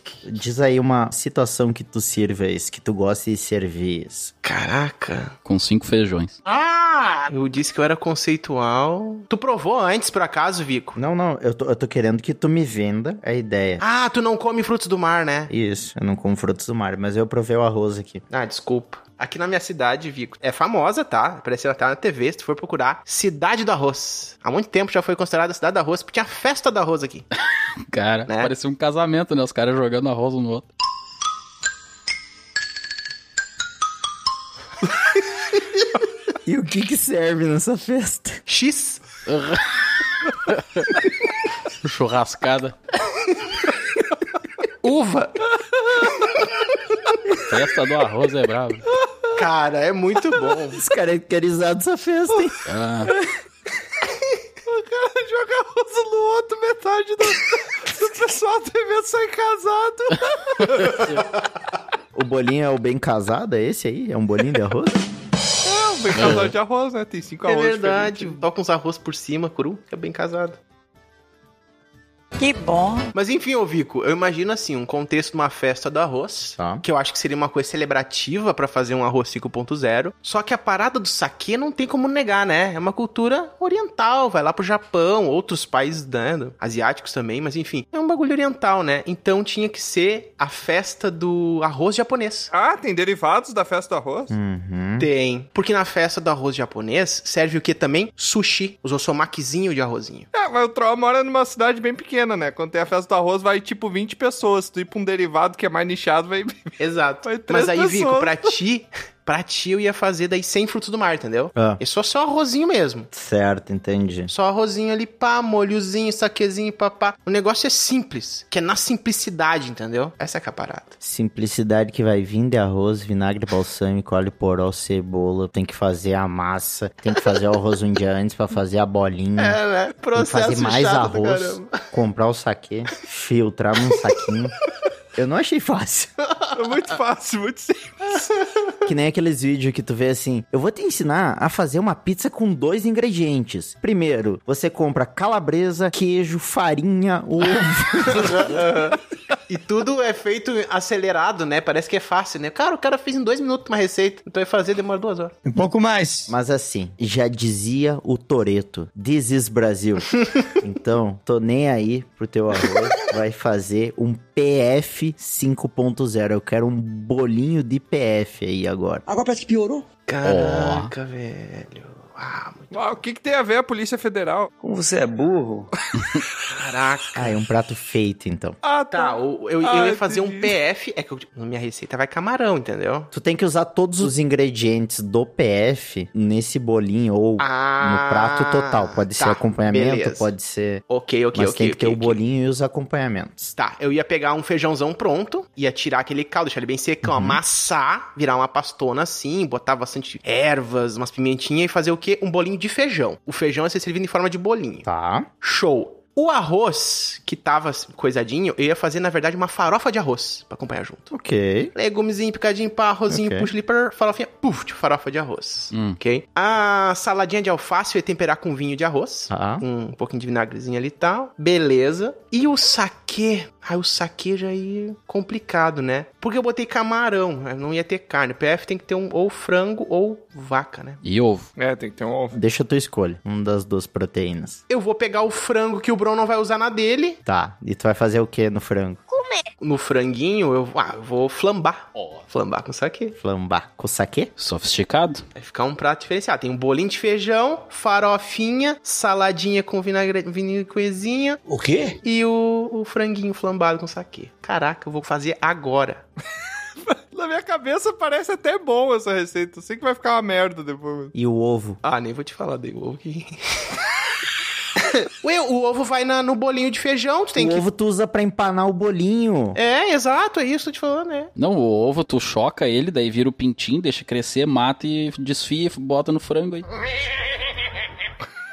Speaker 2: Diz aí uma situação que tu sirves, que tu gosta de servir.
Speaker 4: Caraca.
Speaker 3: Com cinco feijões.
Speaker 4: Ah! Eu disse que eu era conceitual. Tu provou antes, por acaso, Vico?
Speaker 2: Não, não, eu tô, eu tô querendo que tu me venda a ideia.
Speaker 4: Ah, tu não come frutos do mar, né?
Speaker 2: Isso, eu não como frutos do mar, mas eu provei o arroz aqui.
Speaker 4: Ah, desculpa. Aqui na minha cidade, Vico, é famosa, tá? Apareceu até na TV, se tu for procurar. Cidade do Arroz. Há muito tempo já foi considerada a Cidade do Arroz, porque tinha a festa do arroz aqui.
Speaker 3: Cara,
Speaker 4: Né?
Speaker 3: parecia um casamento, né? Os caras jogando arroz um no outro.
Speaker 2: E o que que serve nessa festa?
Speaker 4: X.
Speaker 3: Churrascada.
Speaker 4: Uva.
Speaker 3: Festa do arroz é brabo.
Speaker 4: Cara, é muito bom.
Speaker 2: Os caracterizados essa festa, hein?
Speaker 3: Ah,
Speaker 1: Joga arroz um no outro, metade do, do pessoal do evento sai casado.
Speaker 2: O bolinho é o bem casado, é esse aí? É um bolinho de arroz?
Speaker 1: É, bem casado de arroz, né? Tem cinco
Speaker 4: É
Speaker 1: arroz
Speaker 4: verdade. Toca uns arroz por cima, cru. Fica bem casado.
Speaker 10: Que bom.
Speaker 4: Mas enfim, ô Vico, eu imagino assim, um contexto de uma festa do arroz,
Speaker 2: Tá.
Speaker 4: que eu acho que seria uma coisa celebrativa pra fazer um arroz 5.0. Só que a parada do saquê não tem como negar, né? É uma cultura oriental, vai lá pro Japão, outros países dando, asiáticos também, mas enfim, é um bagulho oriental, né? Então tinha que ser a festa do arroz japonês.
Speaker 1: Ah, tem derivados da festa do arroz?
Speaker 2: Uhum.
Speaker 4: Tem. Porque na festa do arroz japonês serve o que também? Sushi. Os ossomakizinho de arrozinho.
Speaker 1: É, mas o Troll mora numa cidade bem pequena, né? Quando tem a festa do arroz, vai tipo 20 pessoas. Se tu ir pra um derivado que é mais nichado, vai.
Speaker 4: Exato.
Speaker 1: Foi três
Speaker 4: Mas aí, Vico,
Speaker 1: pessoas.
Speaker 4: pra ti, Pra ti eu ia fazer daí sem frutos do mar, entendeu?
Speaker 2: Ah.
Speaker 4: É só só arrozinho mesmo.
Speaker 2: Certo, entendi.
Speaker 4: Só arrozinho ali, pá, molhozinho, saquezinho, papá. O negócio é simples, que é na simplicidade, entendeu? Essa é que é a parada.
Speaker 2: Simplicidade que vai vir de arroz, vinagre balsâmico, óleo poró, cebola. Tem que fazer a massa, tem que fazer o arroz um dia antes pra fazer a bolinha.
Speaker 4: É, né?
Speaker 2: Tem que fazer
Speaker 4: Processo
Speaker 2: mais
Speaker 4: chato do
Speaker 2: arroz,
Speaker 4: caramba.
Speaker 2: comprar o saquê, filtrar num saquinho. Eu não achei fácil.
Speaker 1: Muito fácil, muito simples.
Speaker 2: Que nem aqueles vídeos que tu vê assim, eu vou te ensinar a fazer uma pizza com dois ingredientes. Primeiro, você compra calabresa, queijo, farinha, ovo.
Speaker 4: e tudo é feito acelerado, né? Parece que é fácil, né? Cara, o cara fez em dois minutos uma receita. Então ia fazer, demora duas horas.
Speaker 2: Um pouco mais. Mas assim, já dizia o Toreto, this is Brasil. então, tô nem aí pro teu arroz. Vai fazer um PF 5.0. Eu quero um bolinho de PF aí agora.
Speaker 11: Agora parece que piorou.
Speaker 4: Caraca, velho.
Speaker 1: Ah, o que, que tem a ver a Polícia Federal?
Speaker 2: Como você é burro.
Speaker 4: Caraca.
Speaker 2: Ah, é um prato feito, então.
Speaker 1: Ah,
Speaker 4: tá. o- eu, eu
Speaker 1: Ah,
Speaker 4: ia fazer um
Speaker 1: entendi.
Speaker 4: PF. É que eu, na minha receita vai camarão, entendeu?
Speaker 2: Tu tem que usar todos os ingredientes do PF nesse bolinho ou no prato total. Pode ser
Speaker 4: Ah, tá,
Speaker 2: acompanhamento,
Speaker 4: beleza.
Speaker 2: pode ser.
Speaker 4: Ok, ok,
Speaker 2: Mas
Speaker 4: ok.
Speaker 2: tem que
Speaker 4: ok,
Speaker 2: ter o
Speaker 4: ok.
Speaker 2: bolinho e os acompanhamentos.
Speaker 4: Tá, eu ia pegar um feijãozão pronto, ia tirar aquele caldo, deixar ele bem secão,
Speaker 2: Uhum.
Speaker 4: amassar, virar uma pastona assim, botar bastante ervas, umas pimentinhas e fazer o quê? Um bolinho de feijão. O feijão ia ser servido em forma de bolinho.
Speaker 2: Tá.
Speaker 4: Show. O arroz, que tava assim, coisadinho, eu ia fazer, na verdade, uma farofa de arroz pra acompanhar junto.
Speaker 2: Ok.
Speaker 4: Legumezinho, picadinho, pá, arrozinho,
Speaker 2: Ok.
Speaker 4: puxa ali, pra farofinha, puf, de farofa de arroz.
Speaker 3: Hum.
Speaker 4: Ok? A saladinha de alface eu ia temperar com vinho de arroz.
Speaker 2: Tá.
Speaker 4: com Um pouquinho de vinagrezinho ali e tal. Beleza. E o saquê? Ah, o saquê já ia complicado, né? Porque eu botei camarão, né? não ia ter carne. PF tem que ter um ou frango ou vaca, né?
Speaker 3: E ovo.
Speaker 1: É, tem que ter um ovo.
Speaker 2: Deixa a tua escolha. Uma das duas proteínas.
Speaker 4: Eu vou pegar o frango que o Bruno não vai usar na dele.
Speaker 2: Tá. E tu vai fazer o que no frango?
Speaker 4: No franguinho, eu, ah, eu vou flambar. Flambar com saquê.
Speaker 2: Flambar com saquê?
Speaker 3: Sofisticado.
Speaker 4: Vai ficar um prato diferenciado. Tem um bolinho de feijão, farofinha, saladinha com vinagre... vinagrezinha.
Speaker 11: O quê?
Speaker 4: E o, o franguinho flambado com saquê. Caraca, eu vou fazer agora.
Speaker 1: Na minha cabeça parece até bom essa receita. Eu sei que vai ficar uma merda depois.
Speaker 2: E o ovo?
Speaker 4: Ah, nem vou te falar do ovo que... Ué, o ovo vai na- no bolinho de feijão, tu tem
Speaker 2: o
Speaker 4: que...
Speaker 2: ovo tu usa pra empanar o bolinho.
Speaker 4: É, exato, é isso que eu tô te falando, né?
Speaker 3: Não, o ovo tu choca ele, daí vira o pintinho, deixa crescer, mata e desfia, e bota no frango aí.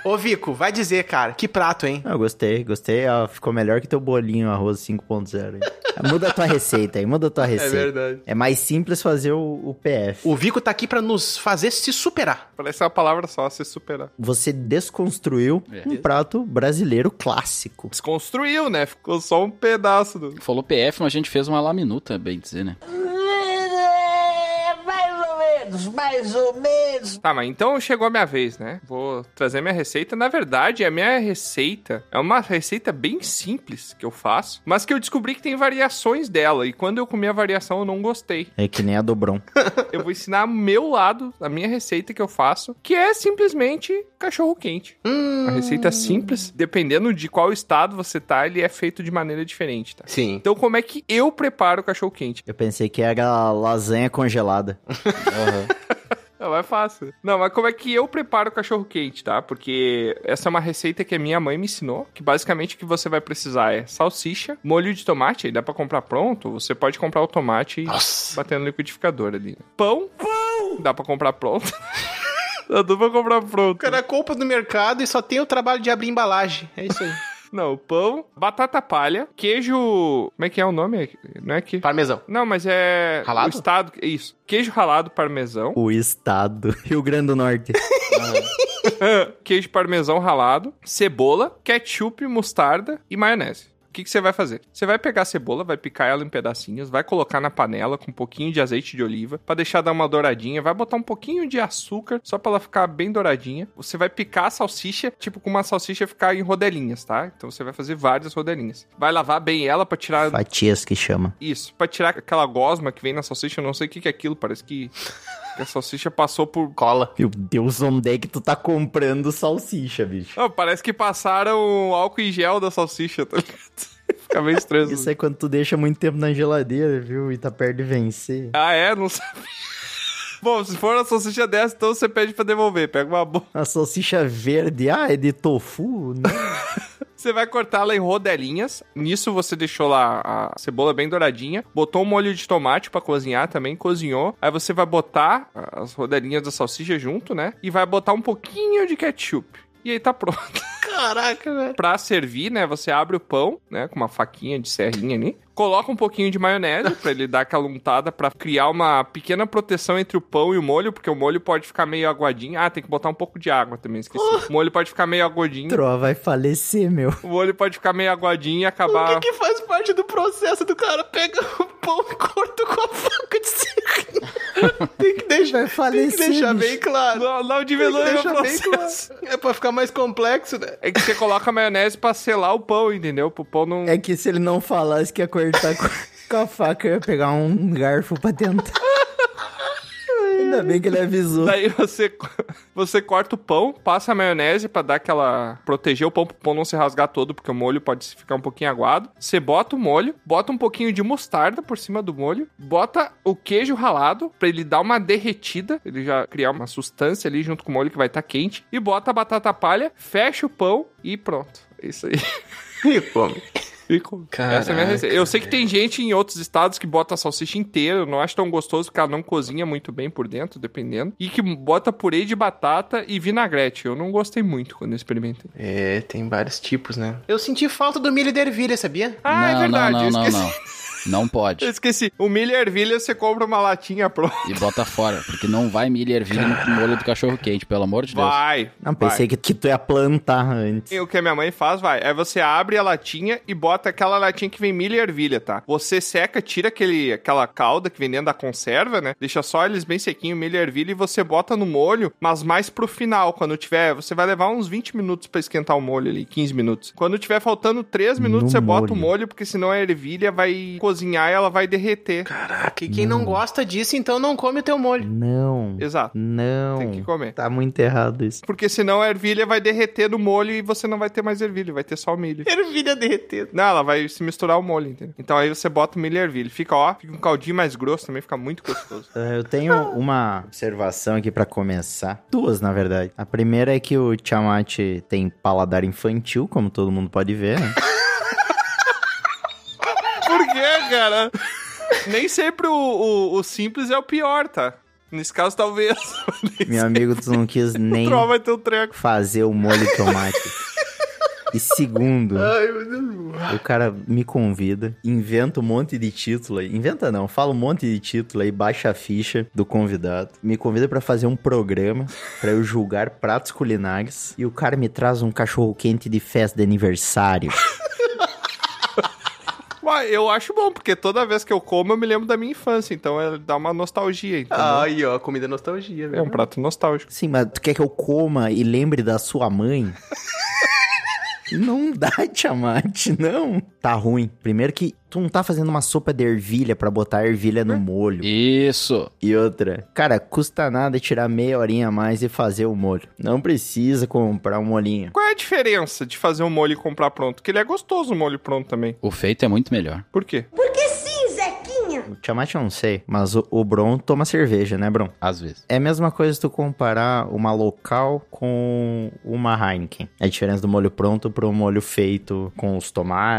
Speaker 4: Ô, Vico, vai dizer, cara, que prato, hein?
Speaker 2: Ah, Eu gostei, gostei. Ó, ficou melhor que teu bolinho arroz 5.0. aí. muda a tua receita aí, muda a tua receita.
Speaker 4: verdade.
Speaker 2: É mais simples fazer o, o PF.
Speaker 4: O Vico tá aqui pra nos fazer se superar.
Speaker 1: Parece é uma palavra só, se superar.
Speaker 2: Você desconstruiu um prato brasileiro clássico.
Speaker 1: Desconstruiu, né? Ficou só um pedaço do.
Speaker 3: Falou PF, mas a gente fez uma laminuta, bem dizer, né?
Speaker 10: Mais ou menos, mais ou menos.
Speaker 1: Tá, mas então chegou a minha vez, né? Vou trazer minha receita. Na verdade, a minha receita é uma receita bem simples que eu faço, mas que eu descobri que tem variações dela. E quando eu comi a variação, eu não gostei.
Speaker 2: É que nem a dobron.
Speaker 1: Eu vou ensinar meu lado, a minha receita que eu faço, que é simplesmente cachorro quente.
Speaker 4: Hum.
Speaker 1: Uma receita simples, dependendo de qual estado você tá, ele é feito de maneira diferente, tá?
Speaker 4: Sim.
Speaker 1: Então, como é que eu preparo o cachorro quente?
Speaker 2: Eu pensei que era a lasanha congelada.
Speaker 1: Não, é fácil. Não, mas como é que eu preparo o cachorro quente, tá? Porque essa é uma receita que a minha mãe me ensinou, que basicamente o que você vai precisar é salsicha, molho de tomate, aí dá pra comprar pronto, você pode comprar o tomate e bater no liquidificador ali. né? Pão, dá pra comprar pronto. Dá pra comprar pronto.
Speaker 4: O cara compra no mercado e só tem o trabalho de abrir embalagem. É isso aí.
Speaker 1: Não, pão, batata palha, queijo. Como é que é o nome? Não é que.
Speaker 4: Parmesão.
Speaker 1: Não, mas é.
Speaker 4: Ralado?
Speaker 1: O estado. Isso. Queijo ralado, parmesão.
Speaker 2: O estado. Rio Grande do Norte.
Speaker 1: queijo parmesão ralado, cebola, ketchup, mostarda e maionese. O que, que você vai fazer? Você vai pegar a cebola, vai picar ela em pedacinhos, vai colocar na panela com um pouquinho de azeite de oliva pra deixar dar uma douradinha, vai botar um pouquinho de açúcar só pra ela ficar bem douradinha. Você vai picar a salsicha, tipo com uma salsicha ficar em rodelinhas, tá? Então você vai fazer várias rodelinhas. Vai lavar bem ela pra tirar
Speaker 2: Fatias que chama.
Speaker 1: isso, pra tirar aquela gosma que vem na salsicha, eu não sei o que, que é aquilo, parece que, que a salsicha passou por.
Speaker 4: Cola.
Speaker 2: Meu Deus, onde é que tu tá comprando salsicha, bicho?
Speaker 1: Não, parece que passaram álcool em gel da salsicha, tá ligado? Fica meio estranho.
Speaker 2: Isso é quando tu deixa muito tempo na geladeira, viu? E tá perto de vencer.
Speaker 1: Ah, é? Não sabia. Bom, se for uma salsicha dessa, então você pede pra devolver. Pega uma boa.
Speaker 2: A salsicha verde, ah, é de tofu? Não.
Speaker 1: Você vai cortar ela em rodelinhas. Nisso você deixou lá a cebola bem douradinha, botou um molho de tomate para cozinhar também, cozinhou. Aí você vai botar as rodelinhas da salsicha junto, né? E vai botar um pouquinho de ketchup. E aí tá pronto.
Speaker 4: Caraca, velho.
Speaker 1: Pra servir, né, você abre o pão, né, com uma faquinha de serrinha ali, coloca um pouquinho de maionese pra ele dar aquela untada pra criar uma pequena proteção entre o pão e o molho, porque o molho pode ficar meio aguadinho. Ah, tem que botar um pouco de água também, esqueci.
Speaker 4: Oh.
Speaker 1: O molho pode ficar meio aguadinho.
Speaker 2: Tro vai falecer, meu.
Speaker 1: O molho pode ficar meio aguadinho e acabar...
Speaker 4: O que, que faz parte do processo do cara pega o pão e corta com a faca de serrinha? tem que deixar,
Speaker 2: vai falecer,
Speaker 4: tem que deixar
Speaker 2: bicho.
Speaker 4: bem claro.
Speaker 1: Não, não
Speaker 4: Tem
Speaker 1: diminui
Speaker 4: que
Speaker 1: o
Speaker 4: deixar bem
Speaker 1: processo.
Speaker 4: claro. É pra ficar mais complexo, né?
Speaker 1: É que você coloca a maionese pra selar o pão, entendeu? Pro pão não...
Speaker 2: É que se ele não falasse que ia cortar com, com a faca, eu ia pegar um garfo pra tentar. Ainda bem que ele avisou.
Speaker 1: Daí você, você corta o pão, passa a maionese pra dar aquela. proteger o pão pro pão não se rasgar todo, porque o molho pode ficar um pouquinho aguado. Você bota o molho, bota um pouquinho de mostarda por cima do molho, bota o queijo ralado pra ele dar uma derretida, ele já criar uma substância ali junto com o molho que vai estar quente, e bota a batata palha, fecha o pão e pronto. É isso aí.
Speaker 4: E come.
Speaker 1: E come. Essa é a minha receita. Eu sei que tem gente em outros estados que bota a salsicha inteira, eu não acho tão gostoso porque ela não cozinha muito bem por dentro, dependendo. E que bota purê de batata e vinagrete. Eu não gostei muito quando eu experimentei.
Speaker 4: É, tem vários tipos, né? Eu senti falta do milho de ervilha, sabia?
Speaker 1: Ah, é
Speaker 3: não,
Speaker 1: verdade.
Speaker 3: não,
Speaker 1: eu
Speaker 3: não, não,
Speaker 1: esqueci.
Speaker 3: não. Não pode.
Speaker 1: Eu esqueci. O milho e ervilha você compra uma latinha pronta.
Speaker 3: E bota fora, porque não vai milho e ervilha no molho do cachorro quente, pelo amor de Deus.
Speaker 1: Vai.
Speaker 2: Não, pensei que, que tu ia plantar antes.
Speaker 1: E O que a minha mãe faz, vai. É você abre a latinha e bota aquela latinha que vem milho e ervilha, tá? Você seca, tira aquele, aquela calda que vem dentro da conserva, né? Deixa só eles bem sequinho, milho e ervilha, e você bota no molho, mas mais pro final. Quando tiver, você vai levar uns 20 minutos pra esquentar o molho ali, 15 minutos. Quando tiver faltando 3 minutos, você bota o
Speaker 2: molho.
Speaker 1: molho, porque senão a ervilha vai cozinhar e ela vai derreter.
Speaker 4: Caraca, e quem não gosta disso, então não come o teu molho.
Speaker 2: Não,
Speaker 1: Exato.
Speaker 2: não.
Speaker 1: Tem que comer.
Speaker 2: Tá muito errado isso.
Speaker 1: Porque senão a ervilha vai derreter no molho e você não vai ter mais ervilha, vai ter só o milho.
Speaker 4: Ervilha derretida.
Speaker 1: Não, ela vai se misturar o molho, entendeu? Então aí você bota o milho e ervilha. Fica, ó, fica um caldinho mais grosso também, fica muito gostoso.
Speaker 2: É, Eu tenho uma observação aqui pra começar. Duas, na verdade. A primeira é que o Tiamat tem paladar infantil, como todo mundo pode ver, né?
Speaker 1: Por quê, cara? Nem sempre o, o- o simples é o pior, tá? Nesse caso, talvez.
Speaker 2: Meu amigo, tu não quis nem
Speaker 1: Troll vai ter um treco.
Speaker 2: fazer o molho de tomate. E segundo, o cara me convida, inventa um monte de título aí. Inventa não, fala um monte de título aí, baixa a ficha do convidado. Me convida pra fazer um programa pra eu julgar pratos culinários. E o cara me traz um cachorro quente de festa de aniversário.
Speaker 1: Mas eu acho bom, porque toda vez que eu como, eu me lembro da minha infância. Então é, dá uma nostalgia,
Speaker 4: Tá
Speaker 1: entendeu?
Speaker 4: Aí, ó, comida nostalgia,
Speaker 1: É um
Speaker 4: velho.
Speaker 1: prato nostálgico.
Speaker 2: Sim, mas tu quer que eu coma e lembre da sua mãe? não dá, Tiamat, não. Tá ruim. Primeiro que tu não tá fazendo uma sopa de ervilha pra botar ervilha no molho.
Speaker 3: Isso.
Speaker 2: E outra, cara, custa nada tirar meia horinha a mais e fazer o molho. Não precisa comprar um molhinho.
Speaker 1: Qual é a diferença de fazer um molho e comprar pronto? Porque ele é gostoso o molho pronto também.
Speaker 3: O feito é muito melhor.
Speaker 1: Por quê?
Speaker 11: Porque sim, Zequinha.
Speaker 2: O Tiamat eu não sei, mas o, o Bron toma cerveja, né, Bron?
Speaker 3: Às vezes.
Speaker 2: É a mesma coisa tu comparar uma local com uma Heineken. É a diferença do molho pronto pro molho feito com os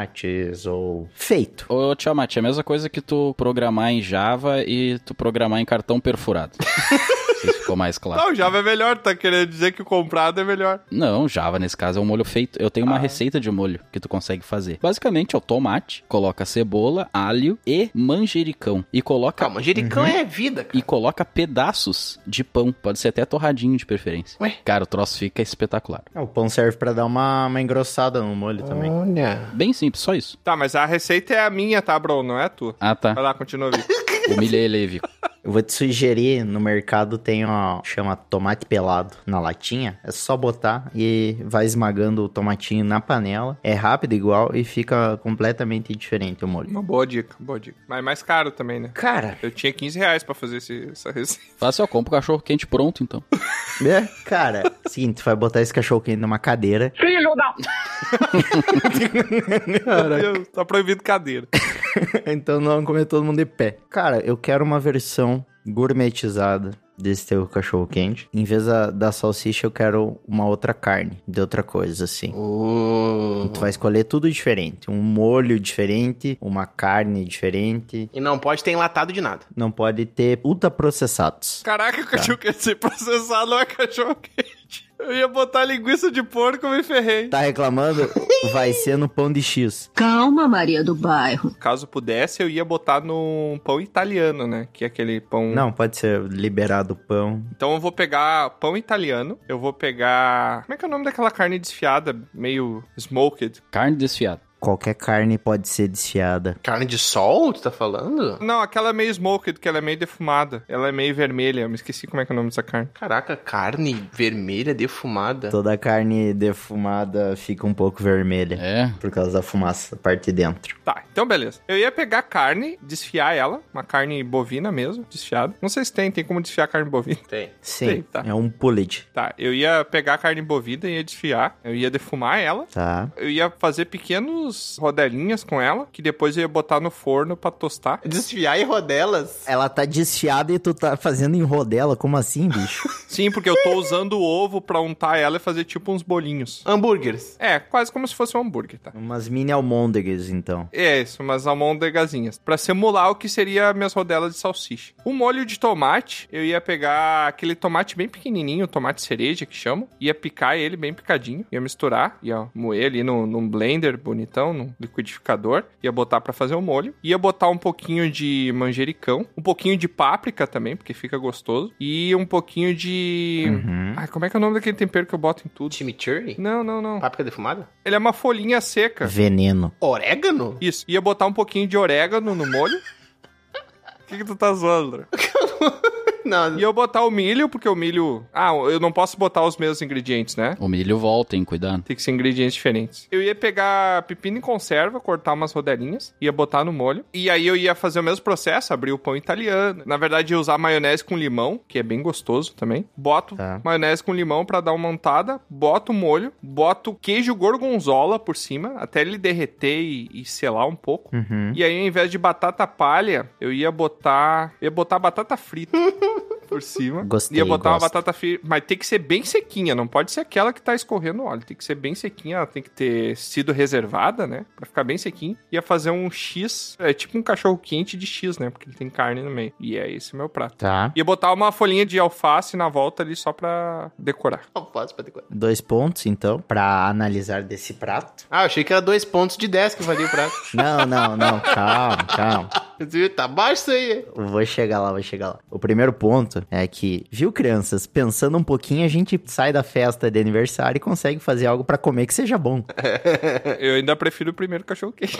Speaker 2: tomates ou... Feito.
Speaker 3: Ô, Tiamat, é a mesma coisa que tu programar em Java e tu programar em cartão perfurado. Não sei se ficou mais claro.
Speaker 1: Não, Java é melhor, tá querendo dizer que o comprado é melhor.
Speaker 3: Não, Java nesse caso é um molho feito. Eu
Speaker 1: Ah.
Speaker 3: tenho uma receita de molho que tu consegue fazer. Basicamente é o tomate, coloca cebola, alho e manjericão. E coloca
Speaker 4: Calma, manjericão é vida, cara.
Speaker 3: e coloca pedaços de pão. Pode ser até torradinho de preferência.
Speaker 4: Ué?
Speaker 3: Cara, o troço fica espetacular.
Speaker 2: É, O pão serve pra dar uma, uma engrossada no molho também.
Speaker 4: Olha.
Speaker 3: Bem simples, só isso.
Speaker 1: Tá, mas a receita é a minha, tá, Bron? Não é a tua.
Speaker 3: Ah,
Speaker 1: Vai
Speaker 3: tá. é
Speaker 1: lá, continua, Vic.
Speaker 3: Humilhei ele, Vico.
Speaker 2: Eu vou te sugerir, no mercado tem ó, chama tomate pelado na latinha. É só botar e vai esmagando o tomatinho na panela. É rápido igual e fica completamente diferente o molho.
Speaker 1: Uma boa dica, boa dica. Mas é mais caro também, né?
Speaker 2: Cara,
Speaker 1: Eu tinha 15 reais pra fazer esse, essa receita.
Speaker 3: Fácil, ó, compra o cachorro quente pronto, então.
Speaker 2: né? Cara, seguinte, tu vai botar esse cachorro quente numa cadeira.
Speaker 11: Filho da...
Speaker 1: Meu Deus, tá proibido cadeira.
Speaker 2: então não vamos comer todo mundo de pé. Cara, eu quero uma versão gourmetizada desse teu cachorro quente. Em vez da, da salsicha, eu quero uma outra carne, de outra coisa, assim.
Speaker 4: Oh.
Speaker 2: Tu vai escolher tudo diferente. Um molho diferente, uma carne diferente.
Speaker 4: E não pode ter enlatado de nada.
Speaker 2: Não pode ter ultraprocessados.
Speaker 1: Caraca, o cachorro quer ser processado, não é cachorro quente. Eu ia botar linguiça de porco, me ferrei.
Speaker 2: Tá reclamando? vai ser no pão de X.
Speaker 12: Calma, Maria do Bairro.
Speaker 1: Caso pudesse, eu ia botar num pão italiano, né? Que é aquele pão.
Speaker 2: Não, pode ser liberado o pão.
Speaker 1: Então eu vou pegar pão italiano. Eu vou pegar. Como é que é o nome daquela carne desfiada? Meio smoked.
Speaker 3: Carne desfiada
Speaker 2: qualquer carne pode ser desfiada.
Speaker 4: Carne de sol, tu tá falando?
Speaker 1: Não, aquela é meio smoked, que ela é meio defumada. Ela é meio vermelha, eu me esqueci como é que é o nome dessa carne.
Speaker 4: Caraca, carne vermelha defumada.
Speaker 2: Toda carne defumada fica um pouco vermelha.
Speaker 3: É?
Speaker 2: Por causa da fumaça, parte de dentro.
Speaker 1: Tá, então beleza. Eu ia pegar carne, desfiar ela, uma carne bovina mesmo, desfiada. Não sei se tem, tem como desfiar carne bovina?
Speaker 4: Tem.
Speaker 2: Sim, tem, tá. é um pullet.
Speaker 1: Tá, eu ia pegar a carne bovina e ia desfiar, eu ia defumar ela.
Speaker 2: Tá.
Speaker 1: Eu ia fazer pequenos rodelinhas com ela, que depois eu ia botar no forno para tostar.
Speaker 4: Desfiar em rodelas?
Speaker 2: Ela tá desfiada e tu tá fazendo em rodela, como assim, bicho?
Speaker 1: Sim, porque eu tô usando o ovo pra untar ela e fazer tipo uns bolinhos.
Speaker 4: Hambúrgueres?
Speaker 1: É, quase como se fosse um hambúrguer, tá?
Speaker 2: Umas mini almôndegas, então.
Speaker 1: É, isso, umas almôndegazinhas. Pra simular o que seria minhas rodelas de salsicha. O molho de tomate, eu ia pegar aquele tomate bem pequenininho, tomate cereja que chamam, ia picar ele bem picadinho, ia misturar, ia moer ali num, num blender bonitão no liquidificador, ia botar para fazer o molho, ia botar um pouquinho de manjericão, um pouquinho de páprica também, porque fica gostoso, e um pouquinho de uhum. Ai, como é que é o nome daquele tempero que eu boto em tudo?
Speaker 4: Chimichurri?
Speaker 1: Não, não, não.
Speaker 4: Páprica defumada?
Speaker 1: Ele é uma folhinha seca.
Speaker 2: Veneno.
Speaker 4: Orégano?
Speaker 1: Isso. Ia botar um pouquinho de orégano no molho. O que, que tu tá zoando?
Speaker 4: Não.
Speaker 1: E eu botar o milho, porque o milho. Ah, eu não posso botar os mesmos ingredientes, né?
Speaker 3: O milho volta, hein? Cuidado.
Speaker 1: Tem que ser ingredientes diferentes. Eu ia pegar pepino em conserva, cortar umas rodelinhas, ia botar no molho. E aí eu ia fazer o mesmo processo, abrir o pão italiano. Na verdade, ia usar maionese com limão, que é bem gostoso também. Boto
Speaker 2: tá.
Speaker 1: maionese com limão para dar uma montada, boto o molho, boto queijo gorgonzola por cima, até ele derreter e, e selar um pouco.
Speaker 2: Uhum.
Speaker 1: E aí, ao invés de batata palha, eu ia botar. Eu ia botar batata frita. por cima.
Speaker 2: Gostei,
Speaker 1: Ia botar um
Speaker 2: gosto.
Speaker 1: uma batata frita. Mas tem que ser bem sequinha, não pode ser aquela que tá escorrendo óleo. Tem que ser bem sequinha, ela tem que ter sido reservada, né? Pra ficar bem sequinha. Ia fazer um X, é tipo um cachorro quente de X, né? Porque ele tem carne no meio. E é esse o meu prato.
Speaker 2: Tá.
Speaker 1: Ia botar uma folhinha de alface na volta ali só pra decorar.
Speaker 4: Alface pra decorar.
Speaker 2: Dois pontos, então, pra analisar desse prato.
Speaker 4: Ah, eu achei que era dois pontos de 10 que valia o prato.
Speaker 2: não, não, não. Calma, calma.
Speaker 4: Tá baixo isso aí.
Speaker 2: Vou chegar lá, vou chegar lá. O primeiro ponto é que, viu, crianças? Pensando um pouquinho, a gente sai da festa de aniversário e consegue fazer algo para comer que seja bom. É.
Speaker 1: Eu ainda prefiro o primeiro cachorro quente.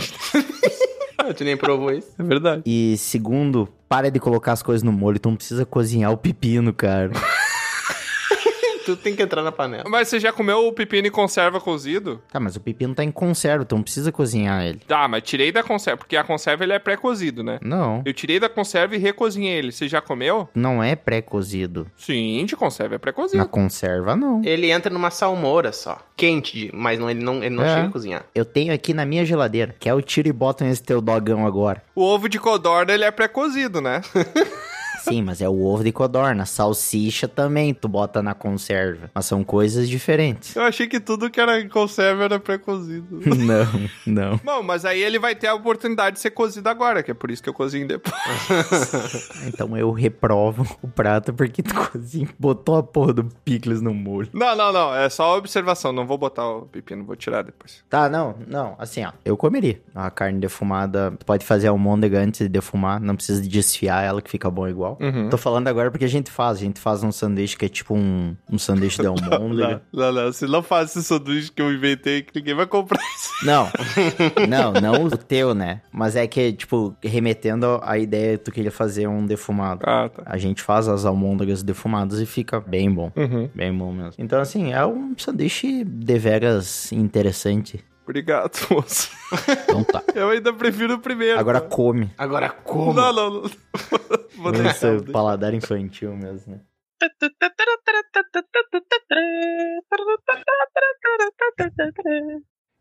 Speaker 4: Ah, tu nem provou isso.
Speaker 1: É verdade.
Speaker 2: E segundo, para de colocar as coisas no molho. Tu não precisa cozinhar o pepino, cara.
Speaker 4: tu tem que entrar na panela.
Speaker 1: Mas você já comeu o pepino em conserva cozido?
Speaker 2: Tá, mas o pepino tá em conserva, então não precisa cozinhar ele.
Speaker 1: Tá, mas tirei da conserva, porque a conserva ele é pré-cozido, né?
Speaker 2: Não.
Speaker 1: Eu tirei da conserva e recozinhei ele. Você já comeu?
Speaker 2: Não é pré-cozido.
Speaker 1: Sim, de conserva é pré-cozido.
Speaker 2: Na conserva, não.
Speaker 4: Ele entra numa salmoura só. Quente, mas não, ele não, ele não
Speaker 2: É.
Speaker 4: chega a cozinhar.
Speaker 2: Eu tenho aqui na minha geladeira, que é o tiro e bota nesse teu dogão agora.
Speaker 1: O ovo de codorna ele é pré-cozido, né?
Speaker 2: Sim, mas é o ovo de codorna. Salsicha também tu bota na conserva. Mas são coisas diferentes.
Speaker 1: Eu achei que tudo que era em conserva era pré-cozido.
Speaker 2: não, não.
Speaker 1: Bom, mas aí ele vai ter a oportunidade de ser cozido agora, que é por isso que eu cozinho depois.
Speaker 2: Então eu reprovo o prato porque tu cozinha, botou a porra do picles no molho.
Speaker 1: não, não, não. É só observação. Não vou botar o pepino, vou tirar depois.
Speaker 2: Tá, não, não, assim, ó. Eu comeria. A carne defumada, tu pode fazer almôndega antes de defumar, não precisa desfiar ela que fica bom igual.
Speaker 1: Uhum.
Speaker 2: Tô falando agora porque a gente faz, a gente faz um sanduíche que é tipo um, um sanduíche de almôndega.
Speaker 1: Não, não. Se não faz esse sanduíche que eu inventei, que ninguém vai comprar isso.
Speaker 2: Não, não, não o teu, né? Mas é que, tipo, remetendo à ideia que tu queria fazer um defumado.
Speaker 1: Ah, tá.
Speaker 2: A gente faz as almôndegas defumadas e fica bem bom.
Speaker 1: Uhum.
Speaker 2: Bem bom mesmo. Então, assim, é um sanduíche deveras interessante.
Speaker 1: Obrigado, moço.
Speaker 3: Então tá.
Speaker 1: Eu ainda prefiro o primeiro.
Speaker 2: Agora
Speaker 1: tá?
Speaker 2: come.
Speaker 4: Agora como?
Speaker 1: Não, não, não. Vou
Speaker 2: Esse
Speaker 1: deixar.
Speaker 2: é o paladar infantil mesmo, né?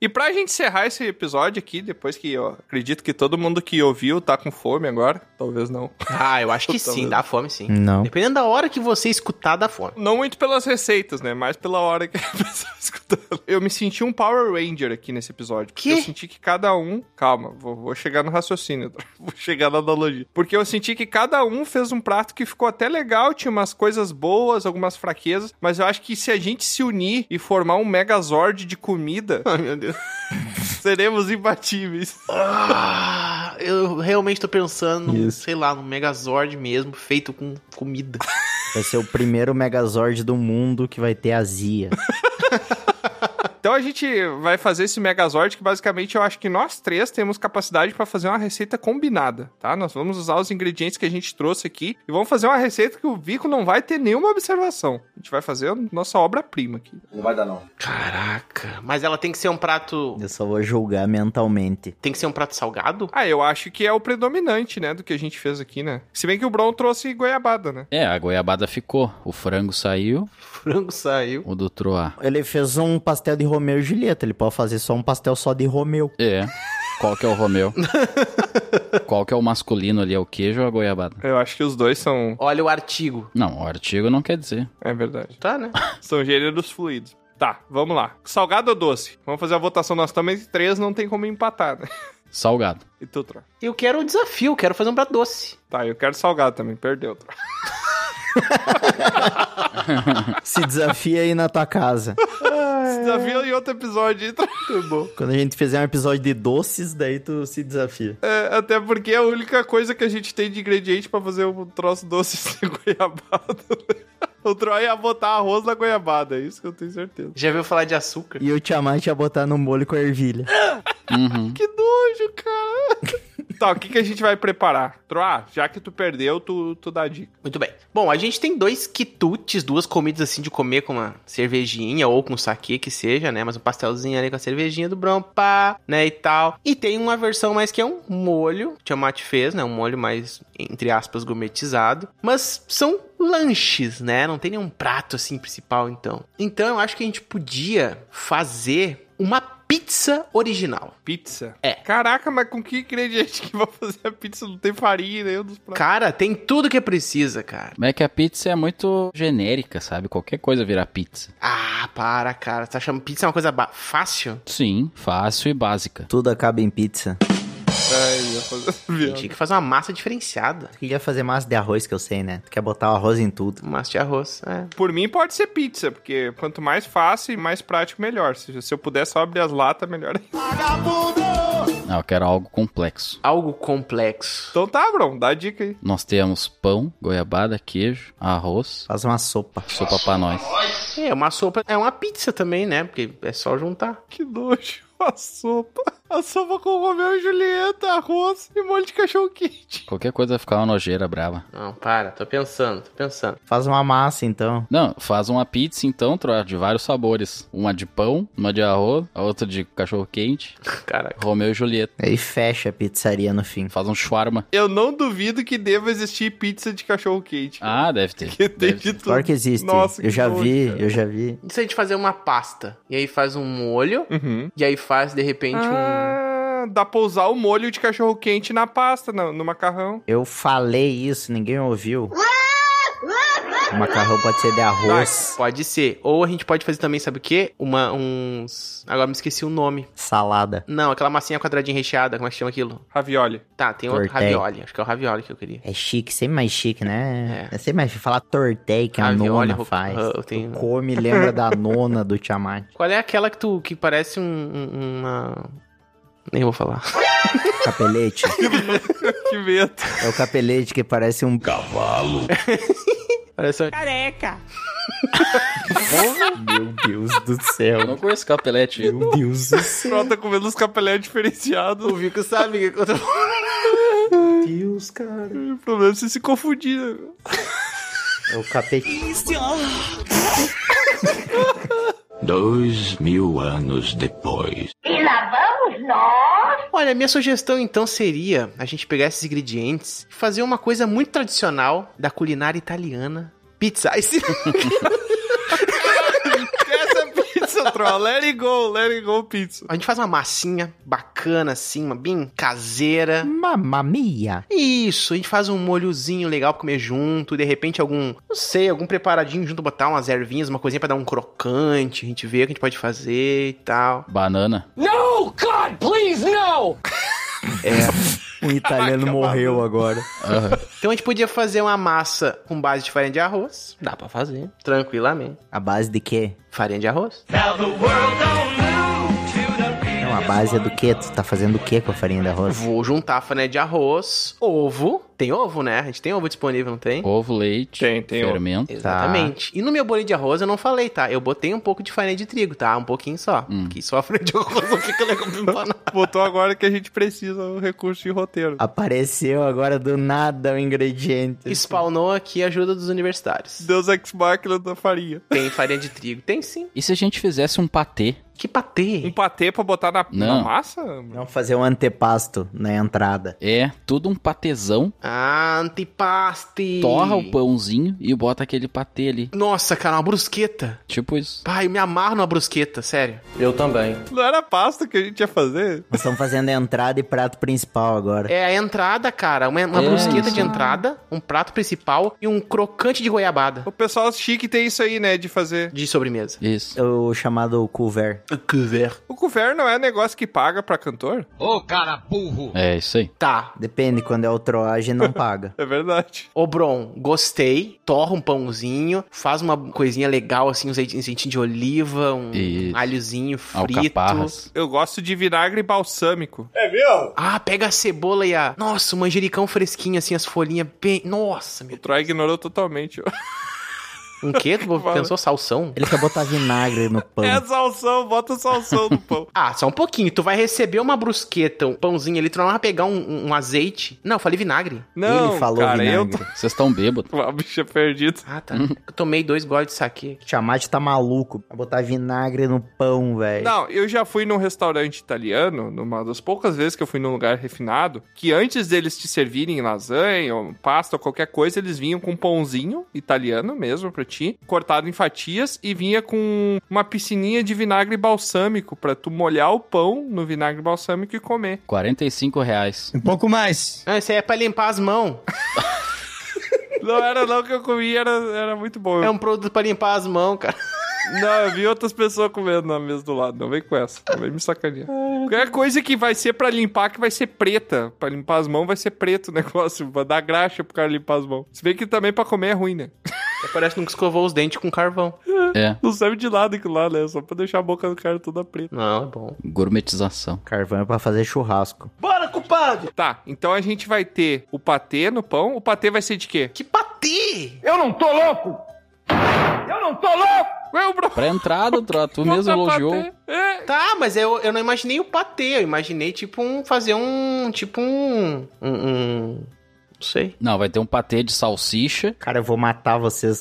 Speaker 1: E pra gente encerrar esse episódio aqui, depois que eu acredito que todo mundo que ouviu tá com fome agora, talvez não.
Speaker 4: Ah, eu acho que sim,
Speaker 1: Talvez.
Speaker 4: dá fome sim.
Speaker 2: Não.
Speaker 4: Dependendo da hora que você escutar, dá fome.
Speaker 1: Não muito pelas receitas, né? Mas pela hora que a pessoa escutando. Eu me senti um Power Ranger aqui nesse episódio. Porque
Speaker 4: Quê?
Speaker 1: eu senti que cada um. Calma, vou, vou chegar no raciocínio, tá? vou chegar na analogia. Porque eu senti que cada um fez um prato que ficou até legal, tinha umas coisas boas, algumas fraquezas. Mas eu acho que se a gente se unir e formar um megazord de comida.
Speaker 4: Ai, meu Deus.
Speaker 1: Seremos imbatíveis.
Speaker 4: Ah, eu realmente tô pensando, num,
Speaker 2: Isso.
Speaker 4: sei lá, num Megazord mesmo, feito com comida.
Speaker 2: Vai ser o primeiro Megazord do mundo que vai ter azia.
Speaker 1: Então a gente vai fazer esse Megazord que basicamente eu acho que nós três temos capacidade pra fazer uma receita combinada, tá? Nós vamos usar os ingredientes que a gente trouxe aqui e vamos fazer uma receita que o Vico não vai ter nenhuma observação. A gente vai fazer a nossa obra-prima aqui.
Speaker 8: Não vai dar, não.
Speaker 4: Caraca. Mas ela tem que ser um prato.
Speaker 2: Eu só vou julgar mentalmente.
Speaker 4: Tem que ser um prato salgado?
Speaker 1: Ah, eu acho que é o predominante, né, do que a gente fez aqui, né? Se bem que o Bron trouxe goiabada, né?
Speaker 3: É, a goiabada ficou. O frango saiu.
Speaker 4: Frango saiu.
Speaker 3: O do Troá.
Speaker 2: Ele fez um pastel de Romeu e Julieta. Ele pode fazer só um pastel só de Romeu.
Speaker 3: É. Qual que é o Romeu? Qual que é o masculino ali? É o queijo ou a goiabada?
Speaker 1: Eu acho que os dois são.
Speaker 4: Olha o artigo.
Speaker 3: Não, o artigo não quer dizer.
Speaker 1: É verdade.
Speaker 4: Tá, né?
Speaker 1: São gêneros fluidos. Tá, vamos lá. Salgado ou doce? Vamos fazer a votação. Nós também três, não tem como empatar, né?
Speaker 3: Salgado.
Speaker 1: E tu, Tro?
Speaker 4: Eu quero um desafio, eu quero fazer um prato doce.
Speaker 1: Tá, eu quero salgado também. Perdeu, Tro.
Speaker 2: Se desafia aí na tua casa.
Speaker 1: Se desafia em outro episódio. então. Muito bom.
Speaker 2: Quando a gente fizer um episódio de doces, daí tu se desafia.
Speaker 1: É, até porque é a única coisa que a gente tem de ingrediente pra fazer um troço doce sem goiabada. O Troy ia botar arroz na goiabada, é isso que eu tenho certeza.
Speaker 4: Já viu falar de açúcar?
Speaker 2: E o Tiamat ia botar no molho com ervilha.
Speaker 1: Que nojo, cara. tá, o que, que a gente vai preparar? Troá, já que tu perdeu, tu, tu dá a dica.
Speaker 4: Muito bem. Bom, a gente tem dois quitutes, duas comidas assim de comer com uma cervejinha ou com um saquê que seja, né? Mas um pastelzinho ali com a cervejinha do Brompa, né? E tal. E tem uma versão mais que é um molho, que a Mate fez, né? Um molho mais, entre aspas, gourmetizado. Mas são lanches, né? Não tem nenhum prato assim principal, então. Então eu acho que a gente podia fazer uma pizza original.
Speaker 1: Pizza.
Speaker 4: É.
Speaker 1: Caraca, mas com que ingrediente que vai fazer a pizza? Não tem farinha, nenhum dos pratos.
Speaker 4: Cara, tem tudo que precisa, cara.
Speaker 3: Mas é que a pizza é muito genérica, sabe? Qualquer coisa virar pizza.
Speaker 4: Ah, para, cara. Você tá achando pizza é uma coisa ba- fácil?
Speaker 3: Sim, fácil e básica.
Speaker 2: Tudo acaba em pizza.
Speaker 1: Ai, É, ia fazer essa
Speaker 4: A gente
Speaker 1: viagem.
Speaker 4: tinha que fazer uma massa diferenciada.
Speaker 2: Queria fazer massa de arroz que eu sei, né? Tu quer botar o arroz em tudo.
Speaker 4: Massa de arroz, é.
Speaker 1: Por mim, pode ser pizza, porque quanto mais fácil e mais prático, melhor. Se, se eu puder só abrir as latas, melhor.
Speaker 3: Não, Ah, eu quero algo complexo.
Speaker 4: Algo complexo.
Speaker 1: Então tá, Bron, dá a dica aí.
Speaker 3: Nós temos pão, goiabada, queijo, arroz,
Speaker 2: Faz uma sopa.
Speaker 3: sopa pra nós.
Speaker 4: É, uma sopa é uma pizza também, né? Porque é só juntar.
Speaker 1: Que nojo. A sopa. A sopa com Romeu e Julieta, arroz e molho de cachorro quente.
Speaker 3: Qualquer coisa vai ficar uma nojeira brava.
Speaker 4: Não, para, tô pensando, tô pensando.
Speaker 2: Faz uma massa, então.
Speaker 3: Não, faz uma pizza então, troca de vários sabores. Uma de pão, uma de arroz, a outra de cachorro quente,
Speaker 4: Caraca.
Speaker 3: Romeu e Julieta.
Speaker 2: Aí fecha a pizzaria no fim.
Speaker 3: Faz um shawarma.
Speaker 1: Eu não duvido que deva existir pizza de cachorro quente.
Speaker 3: Ah, deve ter.
Speaker 1: que tem
Speaker 3: deve
Speaker 1: de tudo.
Speaker 2: Claro que existe.
Speaker 1: Nossa, que
Speaker 2: eu já
Speaker 1: nojo,
Speaker 2: vi,
Speaker 1: cara.
Speaker 2: eu já vi.
Speaker 4: E se a gente fazer uma pasta? E aí faz um molho,
Speaker 1: Uhum.
Speaker 4: e aí faz, de repente, um...
Speaker 1: Ah, dá pra usar o molho de cachorro quente na pasta, no, no macarrão.
Speaker 2: Eu falei isso, ninguém ouviu. O macarrão pode ser de arroz,
Speaker 4: Pode ser. Ou a gente pode fazer também, sabe o quê? Uma, uns... Agora me esqueci o nome.
Speaker 2: salada.
Speaker 4: Não, aquela massinha quadradinha recheada, como é que chama aquilo?
Speaker 1: Ravioli.
Speaker 4: Tá, tem outro
Speaker 2: Tortelli.
Speaker 4: ravioli. Acho que é o ravioli que eu queria.
Speaker 2: É chique, sempre mais chique, né?
Speaker 4: É.
Speaker 2: É, sempre mais chique. Falar tortei
Speaker 1: Ah,
Speaker 2: que é a
Speaker 4: Ravioli,
Speaker 2: nona
Speaker 4: ro-
Speaker 2: faz.
Speaker 4: ro- eu
Speaker 2: Tu
Speaker 4: tenho-
Speaker 2: Come e lembra da nona do Tiamat.
Speaker 4: Qual é aquela que tu... que parece um... um- uma... Nem vou falar.
Speaker 2: Capelete.
Speaker 1: Que medo.
Speaker 2: É o capelete que parece um...
Speaker 4: Parece...
Speaker 10: Careca.
Speaker 2: Meu Deus do
Speaker 3: Eu
Speaker 2: céu.
Speaker 3: não conheço capelete.
Speaker 1: um.
Speaker 2: Meu Deus do céu.
Speaker 1: Pronto, tá comendo os capelé diferenciados.
Speaker 4: O Vico sabe que eu tô
Speaker 2: Meu Deus, cara.
Speaker 1: O problema é você se confundir. né?
Speaker 2: É o capete.
Speaker 13: Dois mil anos depois.
Speaker 11: E lá vamos nós.
Speaker 4: Olha, minha sugestão então seria a gente pegar esses ingredientes e fazer uma coisa muito tradicional da culinária italiana. Pizza. Esse-
Speaker 1: Essa é pizza seu troll. Let it go, let it go, pizza.
Speaker 4: A gente faz uma massinha bacana, assim, uma bem caseira.
Speaker 2: Mamma mia.
Speaker 4: Isso, a gente faz um molhozinho legal pra comer junto, de repente algum, não sei, algum preparadinho junto, botar umas ervinhas, uma coisinha pra dar um crocante, a gente vê o que a gente pode fazer e tal.
Speaker 3: Banana.
Speaker 10: No, God, please, no!
Speaker 4: É.
Speaker 2: Um italiano Caraca, morreu mano. agora.
Speaker 4: Uhum. Então a gente podia fazer uma massa com base de farinha de arroz. Dá pra fazer, tranquilamente.
Speaker 2: A base de quê?
Speaker 4: Farinha de arroz.
Speaker 2: Não, a base é do quê? Tu tá fazendo o quê com a farinha de arroz?
Speaker 4: Vou juntar a farinha de arroz, ovo. Tem ovo, né? A gente tem ovo disponível, não tem?
Speaker 3: Ovo, Tá. leite,
Speaker 1: tem, tem um.
Speaker 3: fermento.
Speaker 4: Ovo. Exatamente. E no meu bolinho de arroz eu não falei, tá? Eu botei um pouco de farinha de trigo, tá? Um pouquinho só.
Speaker 3: Hum.
Speaker 4: Porque só a farinha de arroz não fica legal pra empanada.
Speaker 1: Botou agora que a gente precisa o recurso de roteiro.
Speaker 2: Apareceu agora do nada o ingrediente.
Speaker 4: Spawnou aqui a ajuda dos universitários.
Speaker 1: Deus ex machina da farinha.
Speaker 4: Tem farinha de trigo? Tem sim.
Speaker 3: E se a gente fizesse um patê?
Speaker 4: Que patê?
Speaker 1: Um patê pra botar na,
Speaker 3: Não.
Speaker 1: na massa?
Speaker 2: Não fazer um antepasto na entrada.
Speaker 3: É, tudo um patezão.
Speaker 4: Ah, antipaste.
Speaker 3: Torra o pãozinho e bota aquele patê ali.
Speaker 4: Nossa, cara, uma brusqueta.
Speaker 3: Tipo isso.
Speaker 4: Pai, eu me amarro numa brusqueta, sério.
Speaker 7: Eu também.
Speaker 1: Não era pasta que a gente ia fazer?
Speaker 2: Nós estamos fazendo a entrada e prato principal agora.
Speaker 4: É a entrada, cara. Uma, uma
Speaker 3: É,
Speaker 4: brusqueta
Speaker 3: isso.
Speaker 4: de entrada, um prato principal e um crocante de goiabada
Speaker 1: O pessoal chique tem isso aí, né, de fazer.
Speaker 4: de sobremesa.
Speaker 3: Isso.
Speaker 2: É O chamado couvert.
Speaker 1: O governo é negócio que paga pra cantor?
Speaker 9: Ô, cara burro!
Speaker 3: É isso aí.
Speaker 4: Tá.
Speaker 2: Depende, quando é o troagem não paga.
Speaker 1: É verdade.
Speaker 4: Ô, Bron, gostei. Torra um pãozinho, faz uma coisinha legal, assim, um zeitinho- zeitinho de oliva, um
Speaker 3: Isso.
Speaker 4: alhozinho frito.
Speaker 3: Alcaparras.
Speaker 1: Eu gosto de vinagre balsâmico.
Speaker 4: Ah, pega a cebola e a... Nossa, o manjericão fresquinho, assim, as folhinhas bem... Nossa,
Speaker 1: O
Speaker 4: meu...
Speaker 1: Troy ignorou totalmente.
Speaker 4: Um quê? Tu
Speaker 1: Fala.
Speaker 4: pensou salsão?
Speaker 2: Ele quer botar vinagre no pão.
Speaker 1: É salsão, bota salsão no pão.
Speaker 4: Ah, só um pouquinho. Tu vai receber uma brusqueta, um pãozinho ali, tu não vai pegar um, um azeite. Não, eu falei vinagre.
Speaker 1: Não,
Speaker 2: Ele falou
Speaker 1: cara,
Speaker 2: vinagre.
Speaker 1: eu
Speaker 3: Vocês estão bêbados.
Speaker 1: tô uma bicha perdida.
Speaker 4: Ah, tá. Eu tomei dois goles de saque.
Speaker 2: Chamate tá maluco. Vai botar vinagre no pão, velho.
Speaker 1: Não, eu já fui num restaurante italiano, numa das poucas vezes que eu fui num lugar refinado, que antes deles te servirem lasanha, ou pasta, ou qualquer coisa, eles vinham com um pãozinho italiano mesmo pra ti, cortado em fatias, e vinha com uma piscininha de vinagre balsâmico pra tu molhar o pão no vinagre balsâmico e comer.
Speaker 3: 45 reais.
Speaker 14: Um pouco mais.
Speaker 4: Ah, isso aí é pra limpar as mãos.
Speaker 1: Não era não que eu comi, era, era muito bom.
Speaker 4: É um produto pra limpar as mãos, cara.
Speaker 1: Não, eu vi outras pessoas comendo na mesa do lado. Não vem com essa. Não vem me sacanear. Qualquer coisa que vai ser pra limpar, que vai ser preta. Pra limpar as mãos, vai ser preto o negócio. Vai dar graxa pro cara limpar as mãos. Se bem que também pra comer é ruim, né?
Speaker 4: Parece que nunca escovou os dentes com carvão.
Speaker 3: É.
Speaker 1: Não serve de nada aquilo lá, né? Só pra deixar a boca do cara toda preta.
Speaker 4: Não, é bom.
Speaker 3: Gourmetização.
Speaker 2: Carvão é pra fazer churrasco.
Speaker 1: Tá, então a gente vai ter o patê no pão. O patê vai ser de quê?
Speaker 4: Que patê!
Speaker 6: Eu não tô louco! Eu não tô louco!
Speaker 1: Ué, o bro...
Speaker 3: Pra entrada, Tro, tu mesmo
Speaker 1: Bota
Speaker 3: elogiou.
Speaker 1: patê. É.
Speaker 4: Tá, mas eu, eu não imaginei o patê, eu imaginei tipo um. fazer um. tipo um. um. um- não sei.
Speaker 3: Não, vai ter um patê de salsicha.
Speaker 2: Cara, eu vou matar vocês.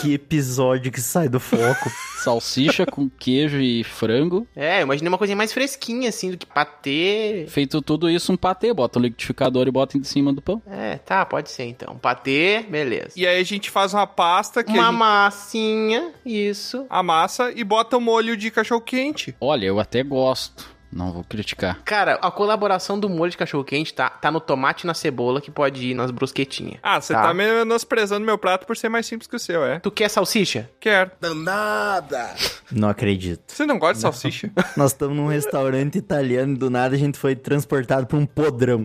Speaker 2: que episódio que sai do foco.
Speaker 3: Salsicha com queijo e frango.
Speaker 4: É, eu imaginei uma coisinha mais fresquinha, assim, do que patê.
Speaker 3: Feito tudo isso, um patê. Bota o liquidificador e bota em cima do pão.
Speaker 4: É, tá, pode ser então. Patê, beleza.
Speaker 1: E aí a gente faz uma pasta que
Speaker 4: uma
Speaker 1: a gente
Speaker 4: massinha, isso.
Speaker 1: amassa e bota o molho de cachorro quente.
Speaker 3: Olha, eu até gosto. Não vou criticar.
Speaker 4: Cara, a colaboração do molho de cachorro-quente tá, tá no tomate e na cebola, que pode ir nas brusquetinhas.
Speaker 1: Ah, você tá.
Speaker 4: Tá.
Speaker 1: tá menosprezando meu prato por ser mais simples que o seu, é?
Speaker 4: Tu quer salsicha?
Speaker 1: Quero.
Speaker 9: Danada!
Speaker 2: Não acredito.
Speaker 1: Você não gosta de salsicha?
Speaker 2: Nós estamos num restaurante italiano e do nada a gente foi transportado pra um podrão.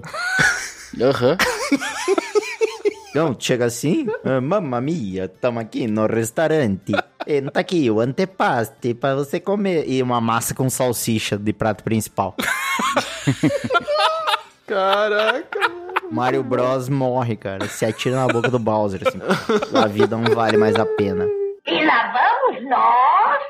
Speaker 3: Aham.
Speaker 2: Não, chega assim, ah, mamma mia, estamos aqui no restaurante. E tá aqui o antepaste pra você comer. E uma massa com salsicha de prato principal.
Speaker 4: Caraca!
Speaker 2: Mario Bros morre, cara. Se atira na boca do Bowser, assim. A vida não vale mais a pena.
Speaker 11: E lá vamos nós!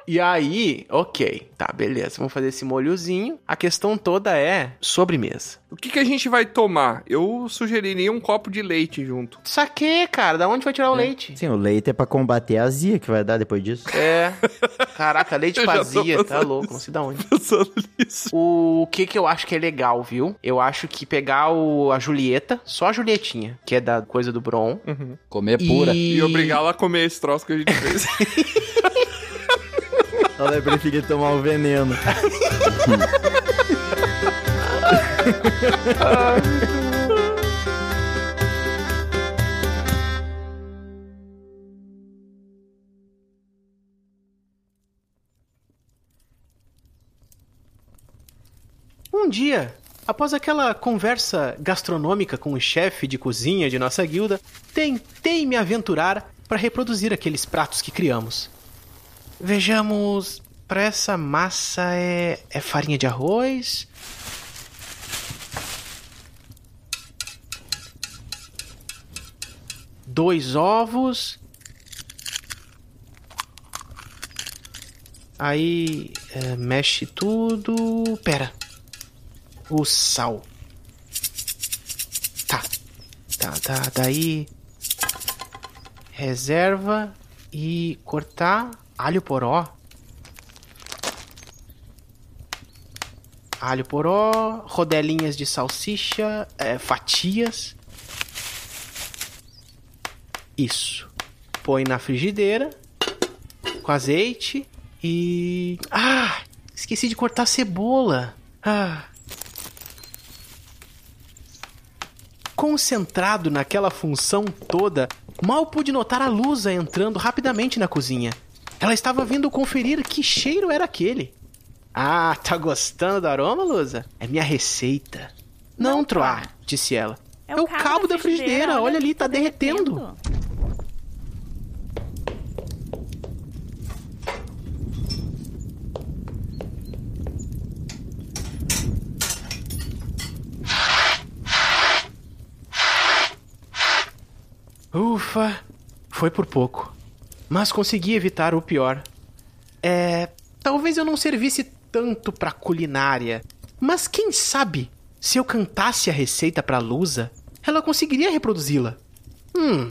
Speaker 4: E aí, ok, tá, beleza, vamos fazer esse molhozinho. A questão toda é sobremesa.
Speaker 1: O que, que a gente vai tomar? Eu sugeriria um copo de leite junto.
Speaker 4: Saquei, cara, da onde vai tirar o leite?
Speaker 2: Sim, o leite é pra combater a azia que vai dar depois disso.
Speaker 4: É. Caraca, leite
Speaker 1: Eu já tô
Speaker 4: vazia, tá
Speaker 1: pensando
Speaker 4: louco, não sei da onde.
Speaker 1: Pensando nisso.
Speaker 4: O que que eu acho que é legal, viu? Eu acho que pegar o, a Julieta, só a Julietinha, que é da coisa do Bron.
Speaker 3: Comer é pura.
Speaker 1: E obrigá-la a comer esse troço que a gente fez.
Speaker 2: Ela preferia tomar o veneno.
Speaker 4: Um dia, após aquela conversa gastronômica com o chefe de cozinha de nossa guilda, tentei me aventurar para reproduzir aqueles pratos que criamos. Vejamos, para essa massa é, é farinha de arroz. Dois ovos. Aí é, mexe tudo. Pera. O sal. Tá. Tá, tá. Daí. Reserva e cortar alho poró. Alho poró, rodelinhas de salsicha, é, fatias. Isso. Põe na frigideira com azeite e. Ah! Esqueci de cortar a cebola. Ah. Concentrado naquela função toda, mal pude notar a Lusa entrando rapidamente na cozinha. Ela estava vindo conferir que cheiro era aquele. Ah, tá gostando do aroma, Lusa? É minha receita. Não, Troá, disse ela. É o, cabo, da, frigideira, olha ali, tá derretendo. Ufa, foi por pouco. Mas consegui evitar o pior. É, talvez eu não servisse tanto pra culinária, mas quem sabe se eu cantasse a receita pra Lusa, ela conseguiria reproduzi-la. Hum,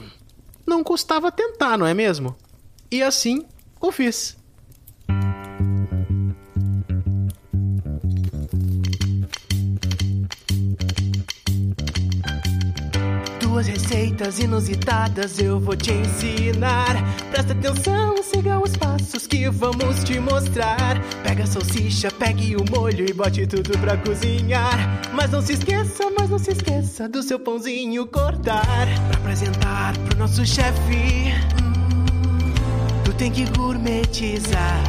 Speaker 4: não custava tentar, não é mesmo? E assim o fiz. Duas receitas inusitadas eu vou te ensinar. Presta atenção, siga os passos que vamos te mostrar. Pega a salsicha, pegue o molho e bote tudo pra cozinhar. Mas não se esqueça, mas não se esqueça do seu pãozinho cortar. Pra apresentar pro nosso chefe, hum, tu tem que gourmetizar.